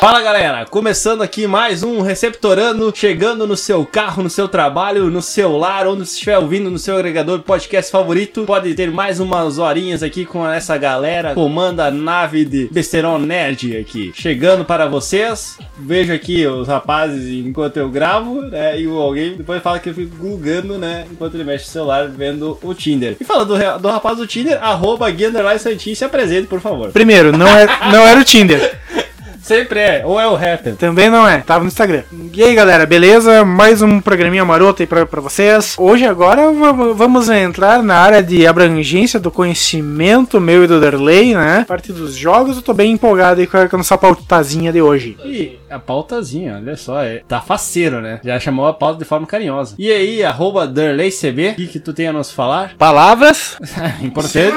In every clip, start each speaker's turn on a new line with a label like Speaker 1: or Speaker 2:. Speaker 1: Fala galera, começando aqui mais um Receptorano, chegando no seu carro, no seu trabalho, no seu lar, onde você estiver ouvindo, no seu agregador podcast favorito. Pode ter mais umas horinhas aqui com essa galera, comanda a nave de Besterol Nerd aqui. Chegando para vocês, vejo aqui os rapazes enquanto eu gravo, né, e o alguém depois fala que eu fico googando, né, enquanto ele mexe o celular vendo o Tinder. E falando do, re- do rapaz do Tinder, arroba Gui Underline Santin, se apresente, por favor.
Speaker 2: Primeiro, não, é, não era o Tinder.
Speaker 1: Sempre é, ou é o Happen.
Speaker 2: Também não é. Tava no Instagram. E aí, galera, beleza? Mais um programinha maroto aí pra, pra vocês. Hoje, agora, v- vamos entrar na área de abrangência do conhecimento meu e do Derley, né? Parte dos jogos, eu tô bem empolgado aí com a, com a nossa pautazinha de hoje.
Speaker 1: E a pautazinha, olha só, é, tá faceiro, né? Já chamou a pauta de forma carinhosa. E aí, arroba DurleyCB, o que, que tu tem a nos falar?
Speaker 3: Palavras,
Speaker 1: Importante.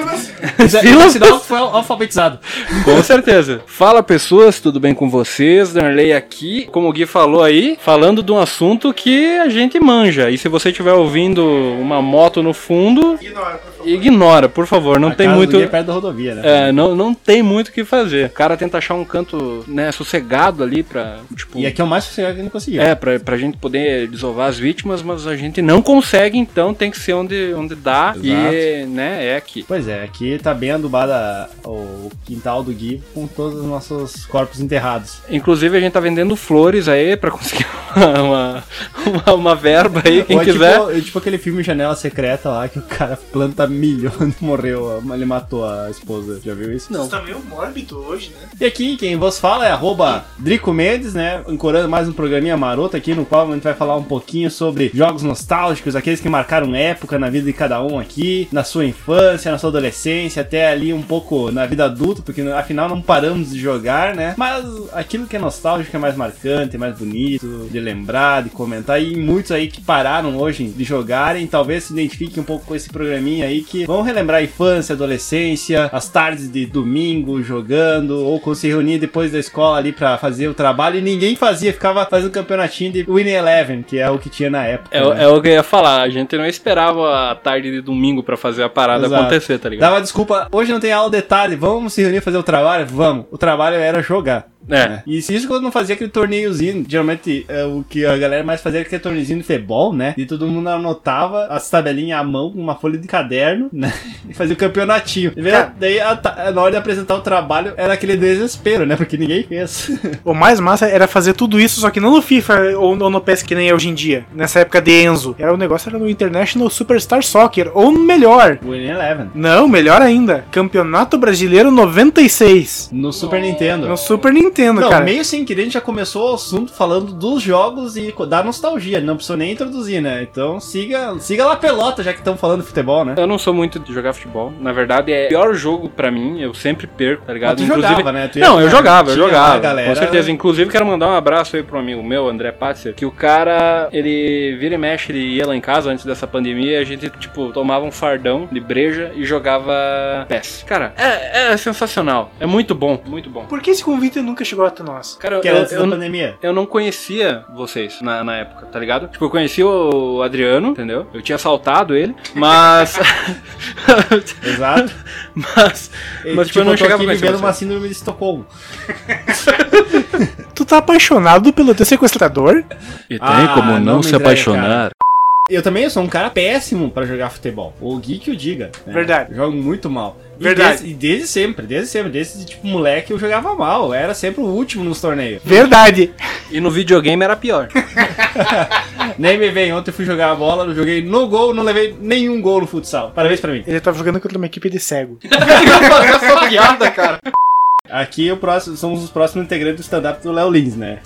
Speaker 1: Isso é, isso é sinal que foi al- alfabetizado.
Speaker 3: com certeza. Fala pessoas, tudo bem com vocês? Darley aqui, como o Gui falou aí, falando de um assunto que a gente manja. E se você estiver ouvindo uma moto no fundo, ignora, por favor, não
Speaker 1: A
Speaker 3: tem
Speaker 1: casa do
Speaker 3: muito.
Speaker 1: Gui é perto da rodovia, né?
Speaker 3: É, não, não tem muito o que fazer. O cara tenta achar um canto, né, sossegado ali pra, tipo...
Speaker 1: E aqui é o mais sossegado que a gente conseguiu.
Speaker 3: É, pra, pra gente poder desovar as vítimas, mas a gente não consegue, então tem que ser onde, onde dá. E,
Speaker 1: Exato.
Speaker 3: né, é aqui.
Speaker 1: Pois é, aqui tá bem adubada o quintal do Gui com todos os nossos corpos enterrados.
Speaker 3: Inclusive, a gente tá vendendo flores aí pra conseguir uma, uma, uma verba aí, quem
Speaker 1: Ou é
Speaker 3: quiser.
Speaker 1: Tipo, é tipo aquele filme Janela Secreta lá que o cara planta milho e morreu, ele matou a esposa. Já viu isso?
Speaker 4: Você tá meio mórbido hoje, né?
Speaker 1: E aqui, quem vos fala é arroba Drico Mendes, né? Ancorando mais um programinha maroto aqui, no qual a gente vai falar um pouquinho sobre jogos nostálgicos, aqueles que marcaram época na vida de cada um aqui, na sua infância, na sua adolescência, até ali um pouco na vida adulta, porque afinal não paramos de jogar, né? Mas aquilo que é nostálgico é mais marcante, é mais bonito, de lembrar, de comentar, e muitos aí que pararam hoje de jogarem, talvez se identifiquem um pouco com esse programinha aí que vão relembrar a infância, adolescência, as tardes de domingo jogando, ou quando se reunia depois da escola ali pra fazer o trabalho e ninguém fazia, ficava fazendo campeonatinho de Winning Eleven, que é o que tinha na época.
Speaker 3: É, o-
Speaker 1: né?
Speaker 3: é o que eu ia falar, a gente não esperava a tarde de domingo pra fazer a parada
Speaker 1: Exato.
Speaker 3: acontecer, tá ligado?
Speaker 1: Dava desculpa, hoje não tem aula de tarde, vamos se reunir fazer o trabalho? Vamos. O trabalho era jogar.
Speaker 3: É.
Speaker 1: né? E se isso quando não fazia aquele torneiozinho, geralmente é, o que a galera mais fazia era aquele torneiozinho de futebol, né? E todo mundo anotava as tabelinhas à mão com uma folha de caderno, né? E fazia o campeonatinho. E daí-
Speaker 2: Cara.
Speaker 1: daí, a ta- na hora de apresentar o trabalho, era aquele desespero, né? Porque ninguém fez.
Speaker 2: O mais massa era fazer tudo isso, só que não no FIFA ou, ou no PES que nem é hoje em dia. Nessa época de Enzo. Era o negócio era no International Superstar Soccer. Ou melhor.
Speaker 1: Winning Eleven.
Speaker 2: Não, melhor ainda. Campeonato Brasileiro 96.
Speaker 1: No Super Nintendo.
Speaker 2: No Super Nintendo,
Speaker 1: Não,
Speaker 2: cara.
Speaker 1: meio sem querer, a gente já começou o assunto falando dos jogos e co- da nostalgia. Não precisou nem introduzir, né? Então siga, siga lá pelota, já que estão falando de futebol, né?
Speaker 3: Eu não sou muito de jogar futebol. Na verdade, é o pior jogo pra mim. Eu sempre perco, tá ligado?
Speaker 1: Mas tu jogava, né? Tu ia-
Speaker 3: não, eu jogava, eu
Speaker 1: tinha lá a
Speaker 3: jogava.
Speaker 1: galera-
Speaker 3: Com certeza. Inclusive, quero mandar um abraço aí pro amigo meu, André Patzer, que o cara, ele vira e mexe, ele ia lá em casa antes dessa pandemia. A gente, tipo, tomava um fardão de breja e jogava PES. Cara, é, é sensacional. É muito bom, muito bom.
Speaker 2: Por que esse convite nunca chegou até nós?
Speaker 3: Cara,
Speaker 1: Que
Speaker 3: eu,
Speaker 1: era antes da
Speaker 3: eu,
Speaker 1: pandemia.
Speaker 3: eu não conhecia vocês na, na época, tá ligado? Tipo, eu conheci o Adriano, entendeu? Eu tinha assaltado ele, mas.
Speaker 1: Exato.
Speaker 3: mas. Mas, tipo, eu não
Speaker 1: tô
Speaker 3: chegava
Speaker 1: aqui
Speaker 3: a conhecer
Speaker 1: vivendo
Speaker 3: vocês.
Speaker 1: uma síndrome de Estocolmo.
Speaker 2: Tu tá apaixonado pelo teu sequestrador?
Speaker 3: E tem
Speaker 1: Ah,
Speaker 3: como não,
Speaker 1: não me
Speaker 3: se
Speaker 1: entrega,
Speaker 3: apaixonar.
Speaker 1: Eu também sou um cara péssimo pra jogar futebol. O Gui que o diga. né?
Speaker 2: Verdade.
Speaker 1: Eu jogo muito mal. E
Speaker 2: Verdade.
Speaker 1: desde- E desde, sempre, desde sempre, desde tipo moleque eu jogava mal. Eu era sempre o último nos torneios.
Speaker 2: Verdade.
Speaker 3: E no videogame era pior.
Speaker 1: Nem me vem, ontem eu fui jogar a bola, eu joguei no gol, não levei nenhum gol no futsal. Parabéns pra mim.
Speaker 2: Ele tava jogando contra uma equipe de cego.
Speaker 3: Essa piada, cara.
Speaker 1: Aqui o próximo, somos os próximos integrantes do stand-up do Léo Lins, né?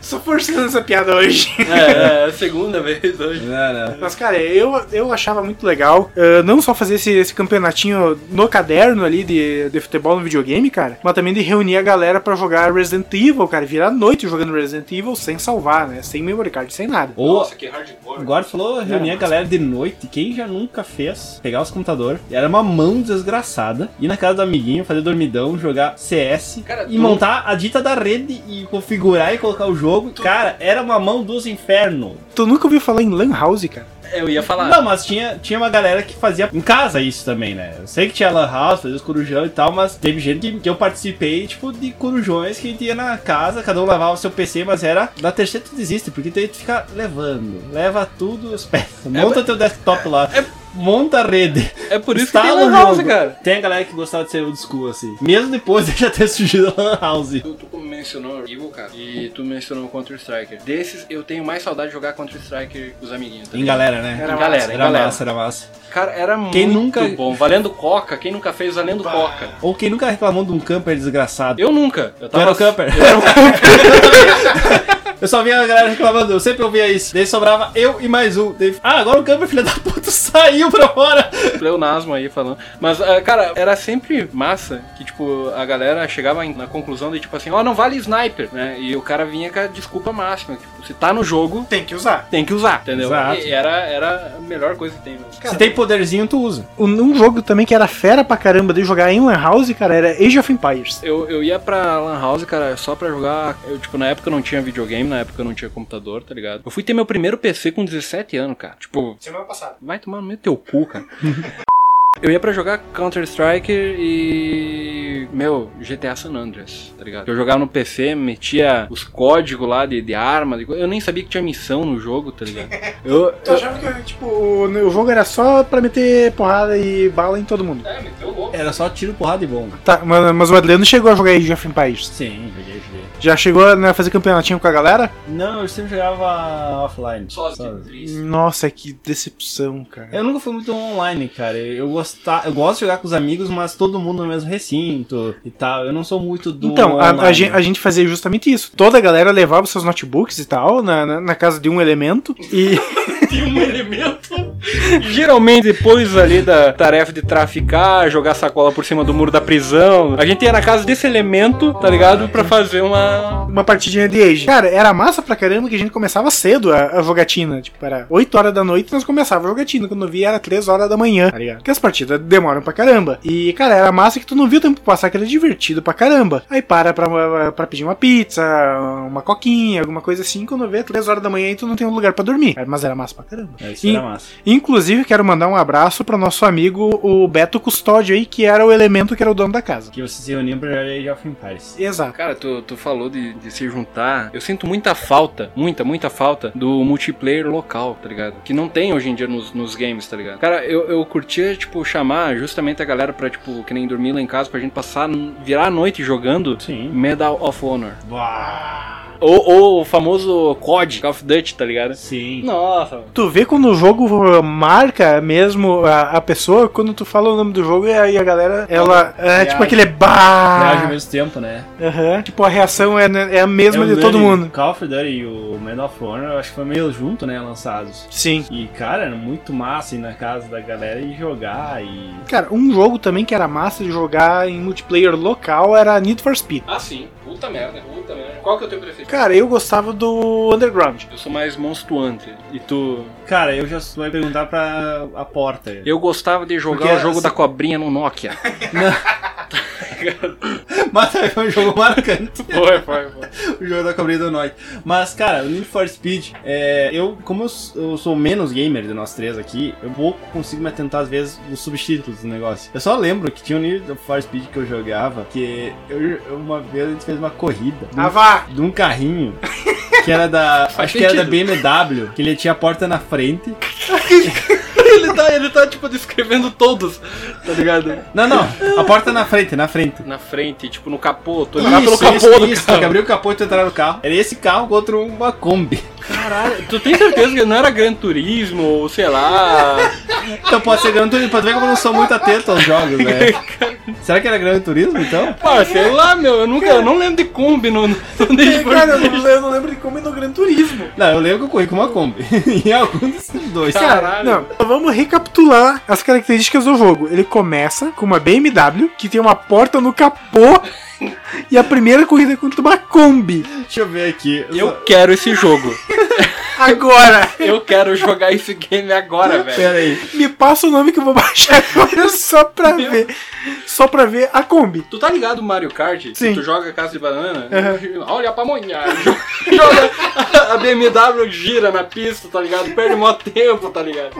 Speaker 2: Só forçando essa piada hoje.
Speaker 3: É, é a segunda vez hoje.
Speaker 1: Não, não.
Speaker 2: Mas, cara, eu, eu achava muito legal ah, não só fazer esse, esse campeonatinho no caderno ali de, de futebol no videogame, cara, mas também de reunir a galera pra jogar Resident Evil, cara, virar a noite jogando Resident Evil sem salvar, né? Sem memory card, sem nada.
Speaker 1: Ou,
Speaker 3: que é hardcore.
Speaker 1: agora tu falou reunir a galera de noite, quem já nunca fez? Pegar os computadores, era uma mão desgraçada, ir na casa do amiguinho, fazer dormidão, jogar CS
Speaker 3: Cara,
Speaker 1: e
Speaker 3: tu-
Speaker 1: montar a dita da rede e configurar e colocar o jogo. Cara, era uma mão dos infernos.
Speaker 2: Tu nunca ouviu falar em Lan House, cara?
Speaker 3: É, Eu ia falar.
Speaker 1: Não, mas tinha, tinha uma galera que fazia em casa isso também, né? Eu sei que tinha Lan House, fazia os corujão e tal, mas teve gente que, que eu participei, tipo, de corujões que a gente ia na casa, cada um levava o seu PC, mas era. Na terceira tu desiste, porque tu fica levando. Leva tudo as peças. Monta teu desktop lá. Monta a rede.
Speaker 3: É por isso que
Speaker 1: instala
Speaker 3: tem
Speaker 1: o
Speaker 3: Lan House,
Speaker 1: jogo.
Speaker 3: cara.
Speaker 1: Tem a galera que gostava de ser old school, assim. Mesmo depois de já ter surgido a Lan House.
Speaker 3: Tu, tu mencionou Evil, cara, e tu mencionou Counter Striker. Desses, eu tenho mais saudade de jogar Counter Striker com os amiguinhos. tá
Speaker 1: Em
Speaker 3: ligado?
Speaker 1: galera, né?
Speaker 3: Era galera, em
Speaker 1: era
Speaker 3: galera.
Speaker 1: massa, era massa.
Speaker 3: Cara, era
Speaker 1: Quem
Speaker 3: muito
Speaker 1: nunca-
Speaker 3: bom. Valendo Coca, quem nunca fez Valendo Coca?
Speaker 1: Ou quem nunca reclamou de um camper desgraçado.
Speaker 3: Eu nunca. Eu
Speaker 1: Tu era o camper? Eu, só via a galera reclamando, eu sempre ouvia isso. Daí sobrava eu e mais um. Daí, ah, agora o camper, filha da puta, saiu pra fora.
Speaker 3: pleonasmo aí falando. Mas, ah, cara, era sempre massa que, tipo, a galera chegava em- na conclusão de, tipo assim, ó, não vale sniper, né? E o cara vinha com a desculpa máxima. Tipo, se tá no jogo,
Speaker 4: Tem que usar.
Speaker 3: tem que usar, entendeu?
Speaker 1: Exato.
Speaker 3: E era, era a melhor coisa que tem, né?
Speaker 1: Se tem poderzinho, tu usa.
Speaker 2: Um um jogo também que era fera pra caramba de jogar em Lan House, cara, era Age of Empires.
Speaker 3: Eu, eu ia pra Lan House, cara, só pra jogar. Eu, tipo, na época eu não tinha videogame, na época eu não tinha computador, tá ligado? Eu fui ter meu primeiro PC com 17 anos, cara. Tipo,
Speaker 4: Semana passada.
Speaker 3: vai tomar no meio do teu cu, cara. Eu ia pra jogar Counter-Strike e. Meu, GTA San Andreas, tá ligado? Eu jogava no PC, metia os códigos lá de, de arma, de co- eu nem sabia que tinha missão no jogo, tá ligado? Eu.
Speaker 4: Tu achava que, tipo,
Speaker 2: Tipo, o, o jogo era só pra meter porrada e bala em todo mundo.
Speaker 3: É, meteu louco.
Speaker 1: Era só tiro, porrada e bomba.
Speaker 2: Tá, mas, mas o Adriano chegou a jogar Age of Empires.
Speaker 1: Sim, joguei, joguei.
Speaker 2: Já chegou né, a fazer campeonatinho com a galera?
Speaker 1: Não, eu sempre jogava offline.
Speaker 3: Sozinho,
Speaker 1: Sozinho.
Speaker 3: triste.
Speaker 2: Nossa, que decepção, cara.
Speaker 1: Eu nunca fui muito online, cara. Eu, eu gosta- eu gosto de jogar com os amigos, mas todo mundo no mesmo recinto e tal. Eu não sou muito do.
Speaker 2: Então, a, a
Speaker 1: online.
Speaker 2: gen- a gente fazia justamente isso. Toda a galera levava seus notebooks e tal na, na, na casa de um elemento e
Speaker 3: Tem um elemento. Geralmente, depois ali da tarefa de traficar, jogar sacola por cima do muro da prisão, a gente ia na casa desse elemento, tá ligado? Pra fazer uma.
Speaker 2: uma partidinha de Age. Cara, era massa pra caramba que a gente começava cedo a, a jogatina. Tipo, era 8 horas da noite e nós começava a jogatina. Quando eu vi era 3 horas da manhã, tá ligado? Porque as partidas demoram pra caramba. E, cara, era massa que tu não viu o tempo passar, que era divertido pra caramba. Aí para pra, pra pedir uma pizza, uma coquinha, alguma coisa assim. Quando vê é 3 horas da manhã e tu não tem um lugar pra dormir. Mas era massa pra caramba.
Speaker 1: É, isso era massa.
Speaker 2: Inclusive, quero mandar um abraço para nosso amigo o Beto Custódio aí, que era o elemento que era o dono da casa.
Speaker 1: Que vocês se reuniam pra jogar Age of Empires.
Speaker 2: Exato.
Speaker 3: Cara, tu, tu falou de, de se juntar. Eu sinto muita falta, muita, muita falta do multiplayer local, tá ligado? Que não tem hoje em dia nos, nos games, tá ligado? Cara, eu, eu curtia, tipo, chamar justamente a galera pra, tipo, que nem dormir lá em casa, pra gente passar, virar a noite jogando
Speaker 1: Sim.
Speaker 3: Medal of Honor.
Speaker 1: Uau.
Speaker 3: Ou, ou o famoso COD, Call of Duty, tá ligado?
Speaker 1: Sim.
Speaker 3: Nossa,
Speaker 2: Tu vê quando o jogo marca mesmo a, a pessoa, quando tu fala o nome do jogo e aí a galera, ela é tipo
Speaker 1: reage.
Speaker 2: aquele
Speaker 1: Reage ao
Speaker 2: bah.
Speaker 1: mesmo tempo, né?
Speaker 2: Aham. Tipo, a reação é, é a
Speaker 1: É
Speaker 2: mesma
Speaker 1: o
Speaker 2: de todo
Speaker 1: Duty,
Speaker 2: mundo.
Speaker 1: Call of Duty e o Man of Honor, eu acho que foi meio junto, né, lançados.
Speaker 2: Sim.
Speaker 1: E, cara, era muito massa ir na casa da galera e jogar e...
Speaker 2: Cara, um jogo também que era massa de jogar em multiplayer local era Need for Speed.
Speaker 3: Ah, sim. Puta merda, puta merda. Qual que é o teu preferido?
Speaker 2: Cara, eu gostava do Underground.
Speaker 3: Eu sou mais monstruante. E tu.
Speaker 1: Cara, eu já vou perguntar pra a porta.
Speaker 3: Eu gostava de jogar
Speaker 1: Porque
Speaker 3: o jogo
Speaker 1: assim-
Speaker 3: da cobrinha no Nokia.
Speaker 1: Mas também foi um jogo marcante,
Speaker 3: foi, foi, foi.
Speaker 1: o jogo da cobrinha do Noite. Mas, cara, o Need for Speed, é, eu, como eu, s- eu sou menos gamer de nós três aqui, eu pouco consigo me atentar, às vezes, nos subtítulos do negócio. Eu só lembro que tinha um Need for Speed que eu jogava, que eu- eu- uma vez a gente fez uma corrida.
Speaker 2: Ah, vá!
Speaker 1: de um carrinho que era da. acho que era da BMW, que ele tinha a porta na frente.
Speaker 3: ele, tá, ele tá, tipo, descrevendo todos, tá ligado?
Speaker 1: Não, não, a porta na frente, na frente.
Speaker 3: Na frente, tipo, no capô. Tu olhava pelo
Speaker 1: Isso,
Speaker 3: capô
Speaker 1: isso,
Speaker 3: do
Speaker 1: isso,
Speaker 3: carro.
Speaker 1: que abriu o capô e tu entrar no carro. Era esse carro contra uma Kombi.
Speaker 3: Caralho, tu tem certeza que não era Gran Turismo ou sei lá.
Speaker 1: Então pode ser Gran Turismo, pode ver como eu não sou muito atento aos jogos, né? Será que era Gran Turismo então?
Speaker 3: Pá, sei lá, meu. Eu, nunca, eu não lembro de Kombi no. no Need for
Speaker 2: Cara, eu
Speaker 3: Speed.
Speaker 2: não, eu não lembro de como é no Gran Turismo.
Speaker 1: Não, eu lembro que eu corri com uma Kombi. em algum desses dois.
Speaker 3: Caralho.
Speaker 2: Não, então vamos recapitular as características do jogo. Ele começa com uma BMW que tem uma porta no capô e a primeira corrida é contra uma Kombi.
Speaker 1: Deixa eu ver aqui.
Speaker 3: Eu quero esse jogo.
Speaker 2: Agora!
Speaker 3: Eu quero jogar esse game agora, velho.
Speaker 1: Pera aí.
Speaker 2: Me passa o nome que eu vou baixar agora só pra ver. Só pra ver a Kombi.
Speaker 3: Tu tá ligado Mario Kart? Que
Speaker 2: Sim.
Speaker 3: Tu joga a casa de banana, olha pra monhar, joga a BMW gira na pista, tá ligado? Perde mó tempo, tá ligado?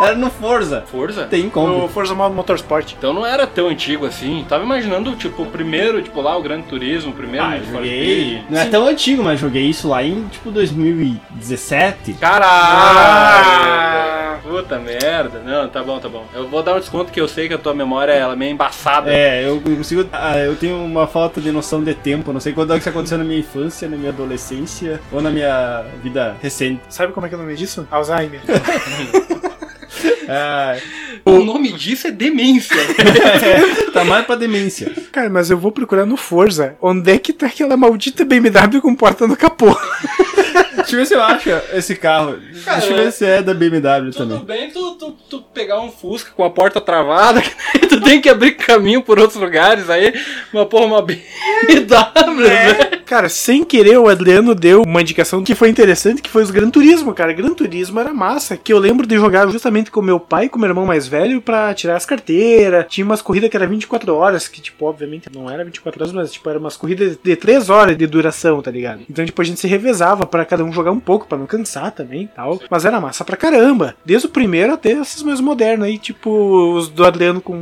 Speaker 1: Era no Forza.
Speaker 3: Forza?
Speaker 1: Tem
Speaker 2: No
Speaker 1: como.
Speaker 2: Forza Motorsport.
Speaker 3: Então não era tão antigo assim. Tava imaginando, tipo, o primeiro, tipo, lá o Grande Turismo, o primeiro. né,
Speaker 1: Ah,
Speaker 3: Need for
Speaker 1: joguei.
Speaker 3: Speed.
Speaker 1: Não é tão antigo, mas joguei isso lá em, tipo, 2017.
Speaker 2: Ah.
Speaker 3: Caralho! Puta merda. Não, tá bom, tá bom. Eu vou dar um desconto que eu sei que a tua memória ela é meio embaçada.
Speaker 1: É, eu consigo. ah, eu tenho uma falta de noção de tempo. Não sei quando é que isso aconteceu na minha infância, na minha adolescência ou na minha vida recente.
Speaker 2: Sabe como é que é o nome disso? Alzheimer.
Speaker 1: Ah,
Speaker 3: O nome disso é demência.
Speaker 1: tá mais pra demência.
Speaker 2: Cara, mas eu vou procurar no Forza. Onde é que tá aquela maldita BMW com porta no capô?
Speaker 1: Deixa eu ver se eu acho esse carro. Deixa eu ver se é da BMW
Speaker 3: Tudo
Speaker 1: também.
Speaker 3: bem tu, tu, tu pegar um Fusca com a porta travada, que tu tem que abrir caminho por outros lugares aí. Mas, porra, uma BMW, né?
Speaker 2: Cara, sem querer, o Adriano deu uma indicação que foi interessante, que foi os Gran Turismo, cara. Gran Turismo era massa, que eu lembro de jogar justamente com meu pai, e com meu irmão mais velho, pra tirar as carteiras. Tinha umas corridas que era 24 horas, que, tipo, obviamente não era 24 horas, mas, tipo, eram umas corridas de 3 horas de duração, tá ligado? Então, tipo, a gente se revezava pra cada um jogar um pouco, pra não cansar também e tal. Mas era massa pra caramba. Desde o primeiro até esses mais modernos aí, tipo, os do Adriano com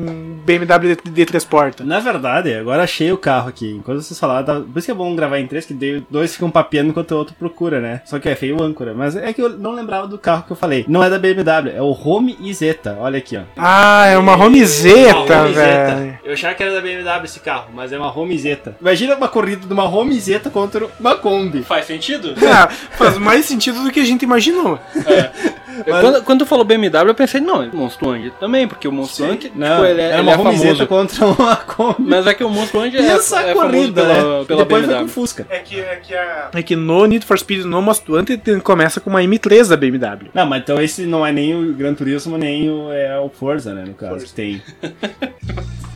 Speaker 2: BMW de, de três portas.
Speaker 1: Na verdade, agora achei o carro aqui. Enquanto vocês falaram, tá- por isso que é bom gravar em três, que daí dois ficam papeando enquanto o outro procura, né? Só que é feio o âncora. Mas é que eu não lembrava do carro que eu falei. Não é da BMW, é o Home Izeta. Olha aqui, ó.
Speaker 2: Ah, é uma Romizeta,
Speaker 1: Uma Romizeta.
Speaker 2: velho.
Speaker 1: Eu achava que era da BMW esse carro, mas é uma Romizeta. Imagina uma corrida de uma Romizeta contra uma Kombi.
Speaker 3: Faz sentido?
Speaker 2: Ah, faz mais sentido do que a gente imaginou.
Speaker 3: Eu- Quando, quando tu falou BMW, eu pensei, não, Monstruang também, porque o Monstruang, tipo,
Speaker 1: Não,
Speaker 3: ele, é-
Speaker 1: era
Speaker 3: ele
Speaker 1: uma
Speaker 3: é
Speaker 1: Romizeta
Speaker 3: famoso.
Speaker 1: contra uma Kombi.
Speaker 3: Mas é que o Monstruang é, é
Speaker 1: Pensa a
Speaker 3: famoso
Speaker 1: corrida,
Speaker 3: pela,
Speaker 1: né?
Speaker 3: pela
Speaker 1: Depois foi com
Speaker 3: BMW.
Speaker 1: o Fusca.
Speaker 4: É que, é que a.
Speaker 2: É que no Need for Speed no Mostuante começa com uma M3 da BMW.
Speaker 1: Não, mas então esse não é nem o Gran Turismo, nem o, é o Forza, né? No caso, que tem.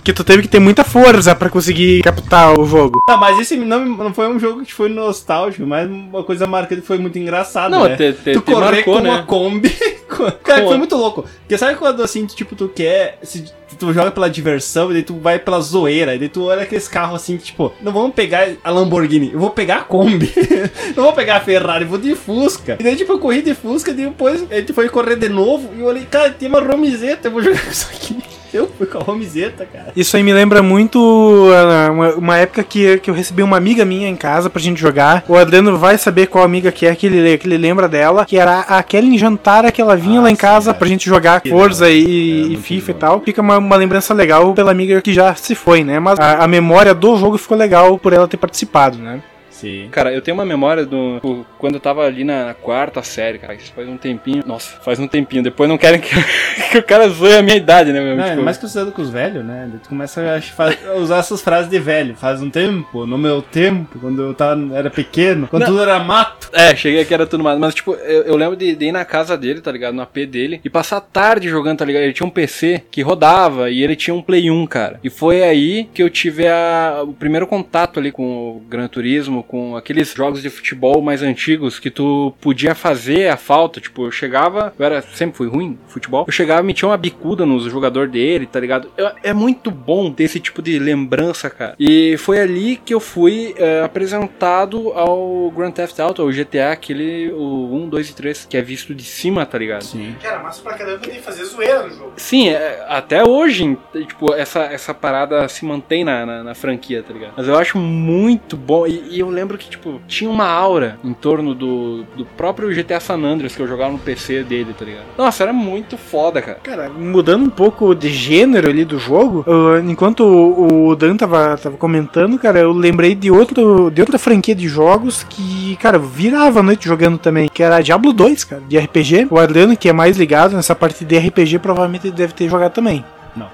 Speaker 2: Que tu teve que ter muita força pra conseguir captar o jogo.
Speaker 1: Ah, mas esse não, não foi um jogo que foi nostálgico, mas uma coisa marcante foi muito engraçada,
Speaker 3: Não,
Speaker 1: né?
Speaker 3: te- te-
Speaker 1: tu
Speaker 3: te
Speaker 1: correr
Speaker 3: marcou,
Speaker 1: com
Speaker 3: né?
Speaker 1: uma Kombi. com- Cara,
Speaker 3: Pô.
Speaker 1: foi muito louco. Porque sabe quando assim, tu, tipo, tu quer. Se, tu joga pela diversão, e daí tu vai pela zoeira, e daí tu olha aqueles carros assim, que, tipo, não vamos pegar a Lamborghini, eu vou pegar a Kombi. não vou pegar a Ferrari, vou de Fusca. E daí, tipo, eu corri de Fusca, e depois a gente foi correr de novo, e eu olhei, cara, tem uma Romizeta, eu vou jogar isso aqui. Eu fui com a Romizeta, cara.
Speaker 2: Isso aí me lembra muito ah, uma, uma época que, que eu recebi uma amiga minha em casa pra gente jogar. O Adriano vai saber qual amiga que é que ele, que ele lembra dela, que era a Kelly Jantara que ela vinha
Speaker 1: Ah,
Speaker 2: lá em
Speaker 1: sim,
Speaker 2: casa
Speaker 1: é.
Speaker 2: pra gente jogar
Speaker 1: Que
Speaker 2: Forza
Speaker 1: Era
Speaker 2: e, e
Speaker 1: muito
Speaker 2: FIFA e
Speaker 1: legal.
Speaker 2: tal. Fica uma, uma lembrança legal pela amiga que já se foi, né? Mas a, a memória do jogo ficou legal por ela ter participado, né?
Speaker 1: Sim.
Speaker 3: Cara, eu tenho uma memória do. tipo, Quando eu tava ali na quarta série, cara, isso faz um tempinho. Nossa, faz um tempinho. Depois não querem que, que o cara zoe a minha idade, né, meu?
Speaker 1: Não, é
Speaker 3: Tipo,
Speaker 1: mais que você anda com os velhos, né? Daí Tu começa a ach- fa- a usar essas frases de velho. Faz um tempo, no meu tempo, quando eu tava, era pequeno, quando
Speaker 3: Não.
Speaker 1: tudo era mato.
Speaker 3: É, cheguei aqui, era tudo mais. Mas, tipo, eu, eu lembro de, de ir na casa dele, tá ligado? No AP dele. E passar a tarde jogando, tá ligado? Ele tinha um PC que rodava e ele tinha um Play 1, cara. E foi aí que eu tive a, o primeiro contato ali com o Gran Turismo, com aqueles jogos de futebol mais antigos que tu podia fazer a falta. Tipo, eu chegava, eu era, sempre fui ruim no futebol. Eu chegava e metia uma bicuda nos jogador dele, tá ligado? Eu- é muito bom ter esse tipo de lembrança, cara. E foi ali que eu fui é, apresentado ao Grand Theft Auto, ao GTA, aquele o 1, 2 e 3, que é visto de cima, tá ligado?
Speaker 1: Sim.
Speaker 4: Cara, massa pra caramba de fazer zoeira no jogo.
Speaker 3: Sim, é- até hoje, tipo, essa, essa parada se mantém na, na, na franquia, tá ligado? Mas eu acho muito bom. E, e eu lembro que, tipo, tinha uma aura em torno do, do próprio GTA San Andreas que eu jogava no PC dele, tá ligado? Nossa, era muito foda, cara.
Speaker 2: Cara, mudando um pouco de gênero ali do jogo, ah, enquanto o, o Dan tava, tava comentando, cara, eu lembrei de, outro, de outra franquia de jogos que, cara, eu virava a noite jogando também, que era Diablo 2, cara, de RPG. O Adriano, que é mais ligado nessa parte de RPG, provavelmente deve ter jogado também.
Speaker 1: Não.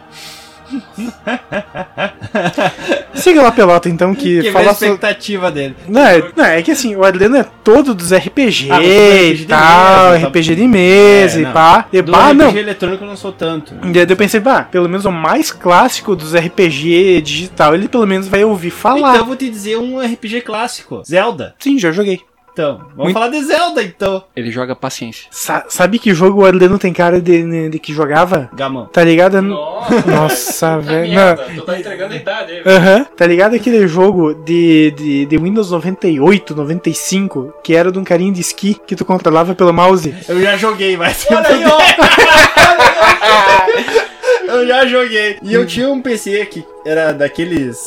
Speaker 2: Siga lá, Pelota, então, que,
Speaker 1: Que
Speaker 2: fala
Speaker 1: a
Speaker 2: sobre...
Speaker 1: expectativa dele.
Speaker 2: Não, é- não, é que assim, o Adriano é todo dos RPG
Speaker 1: Ah, você é
Speaker 2: e
Speaker 1: RPG de
Speaker 2: tal,
Speaker 1: mesa, tá-
Speaker 2: RPG de mesa
Speaker 1: É,
Speaker 2: e
Speaker 1: não.
Speaker 2: pá. E,
Speaker 1: Do
Speaker 2: bah,
Speaker 1: RPG
Speaker 2: não,
Speaker 1: eletrônico eu não sou tanto.
Speaker 2: e daí eu pensei, bah, pelo menos o mais clássico dos RPG digital, ele pelo menos vai ouvir falar.
Speaker 1: Então eu vou te dizer um RPG clássico. Zelda.
Speaker 2: Sim, já joguei.
Speaker 1: Então, vamos
Speaker 2: Muito-
Speaker 1: falar de Zelda então.
Speaker 3: Ele joga paciência.
Speaker 2: Sa- sabe que jogo o Arleno tem cara de, de que jogava?
Speaker 1: Gamão.
Speaker 2: Tá ligado?
Speaker 5: Nossa,
Speaker 2: Nossa, velho. não.
Speaker 5: merda, tu tá entregando a idade aí. velho.
Speaker 2: Aham, tá ligado aquele jogo de, de, de Windows 98, 95, que era de um carinha de esqui que tu controlava pelo mouse?
Speaker 1: Eu já joguei, mas.
Speaker 5: Olha aí, ó.
Speaker 1: Eu já joguei. E eu tinha um PC que era daqueles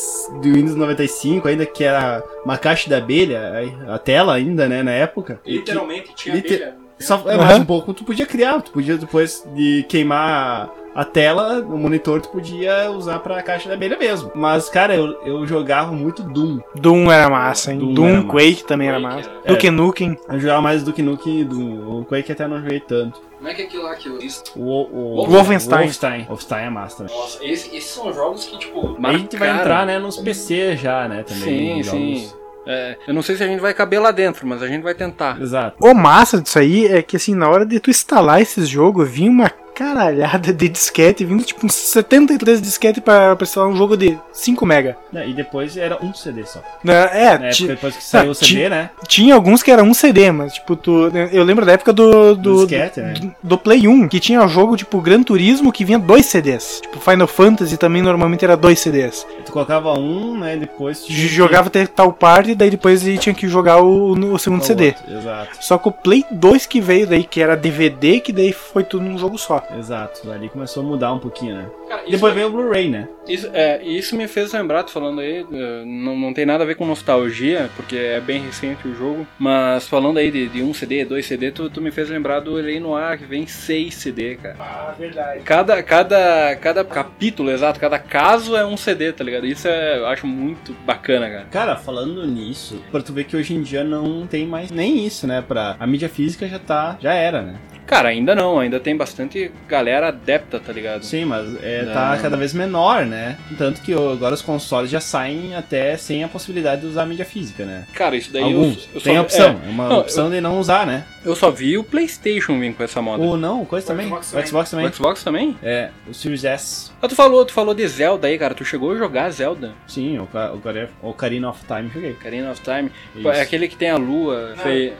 Speaker 1: do Windows 95 ainda, que era uma caixa da abelha, aí, a tela ainda, né, na época.
Speaker 3: É
Speaker 1: E que-
Speaker 5: Literalmente tinha
Speaker 1: Liter-
Speaker 5: abelha.
Speaker 1: Só, é, mais
Speaker 2: Aham.
Speaker 1: um pouco tu podia criar, tu podia depois de queimar a tela, o monitor tu podia usar pra caixa da abelha mesmo. Mas, cara, eu, eu jogava muito Doom.
Speaker 2: Doom era massa, hein?
Speaker 1: Doom
Speaker 2: Doom,
Speaker 1: era massa.
Speaker 2: Quake também era massa.
Speaker 5: Era.
Speaker 2: Duke Nukem.
Speaker 1: Eu jogava mais do que Nuke e Doom. O Quake até não joguei tanto.
Speaker 5: Como é que é aquilo lá que eu disse?
Speaker 1: O, o, o
Speaker 2: Wolfenstein.
Speaker 1: Wolfenstein. Wolfenstein é massa também.
Speaker 5: Nossa, esse- esses são jogos que, tipo,
Speaker 1: Aí a gente vai entrar, né, nos PC já, né, também.
Speaker 3: Sim,
Speaker 1: nos jogos.
Speaker 3: sim. É, eu não sei se a gente vai caber lá dentro, mas a gente vai tentar.
Speaker 1: Exato.
Speaker 2: O massa disso aí é que, assim, na hora de tu instalar esses jogos, vinha uma caralhada de disquete, vindo tipo uns 73 disquete pra, pra instalar um jogo de 5 mega.
Speaker 1: E depois era um CD só.
Speaker 2: Né, É,
Speaker 1: Na
Speaker 2: ti-
Speaker 1: época, depois que saiu o
Speaker 2: ti-
Speaker 1: CD, né?
Speaker 2: tinha alguns que era um CD, mas, tipo, tu, eu lembro da época do...
Speaker 1: Do
Speaker 2: do,
Speaker 1: disquete, né?
Speaker 2: do Play 1, que tinha jogo tipo Gran Turismo que vinha dois CDs. Tipo, Final Fantasy também normalmente era dois CDs.
Speaker 1: Tu colocava um, né? Depois tu
Speaker 2: J- Jogava até tal parte, daí depois ele tinha que jogar o, o segundo
Speaker 1: Outro.
Speaker 2: CD.
Speaker 1: Exato,
Speaker 2: Só que o Play 2 que veio daí, que era DVD, que daí foi tudo num jogo só.
Speaker 1: exato. Ali começou a mudar um pouquinho, né?
Speaker 5: Cara,
Speaker 1: E
Speaker 5: isso
Speaker 1: depois veio o Blu-ray, né?
Speaker 3: Isso, é, isso me fez lembrar, tu falando aí, eh, não, não tem nada a ver com nostalgia, porque é bem recente o jogo, mas falando aí de, de um CD, dois CD, tu, tu me fez lembrar do Elei Noir, que vem seis CD, cara.
Speaker 4: Ah, verdade.
Speaker 3: Cada, cada, cada capítulo, exato, cada caso é um CD, tá ligado? Isso é, eu acho muito bacana, cara.
Speaker 1: Cara, falando nisso, pra tu ver que hoje em dia não tem mais nem isso, né? Pra... A mídia física já tá. Já era, né?
Speaker 3: Cara, ainda não, ainda tem bastante galera adepta, tá ligado?
Speaker 1: Sim, mas é,
Speaker 3: Não.
Speaker 1: tá cada vez menor, né? Tanto que o- agora os consoles já saem até sem a possibilidade de usar a mídia física, né?
Speaker 3: Cara, isso daí
Speaker 1: Alguns.
Speaker 3: eu, eu
Speaker 1: tem
Speaker 3: só,
Speaker 1: a opção. É, uma
Speaker 3: Não,
Speaker 1: opção de não usar, né?
Speaker 3: é, eu só vi o PlayStation vir com essa moda.
Speaker 1: Ou não, coisa
Speaker 4: O
Speaker 1: também.
Speaker 4: Xbox
Speaker 1: O
Speaker 4: também.
Speaker 1: Xbox
Speaker 3: O
Speaker 1: também.
Speaker 3: Xbox também?
Speaker 1: É, o Series S.
Speaker 3: Ah, tu falou, tu falou de Zelda aí, cara. Tu chegou a jogar Zelda?
Speaker 1: Sim, o Ca- o Care- o Ocarina of Time joguei.
Speaker 3: Ocarina of Time.
Speaker 1: Isso.
Speaker 3: É aquele que tem a lua.
Speaker 4: Não.
Speaker 3: Foi...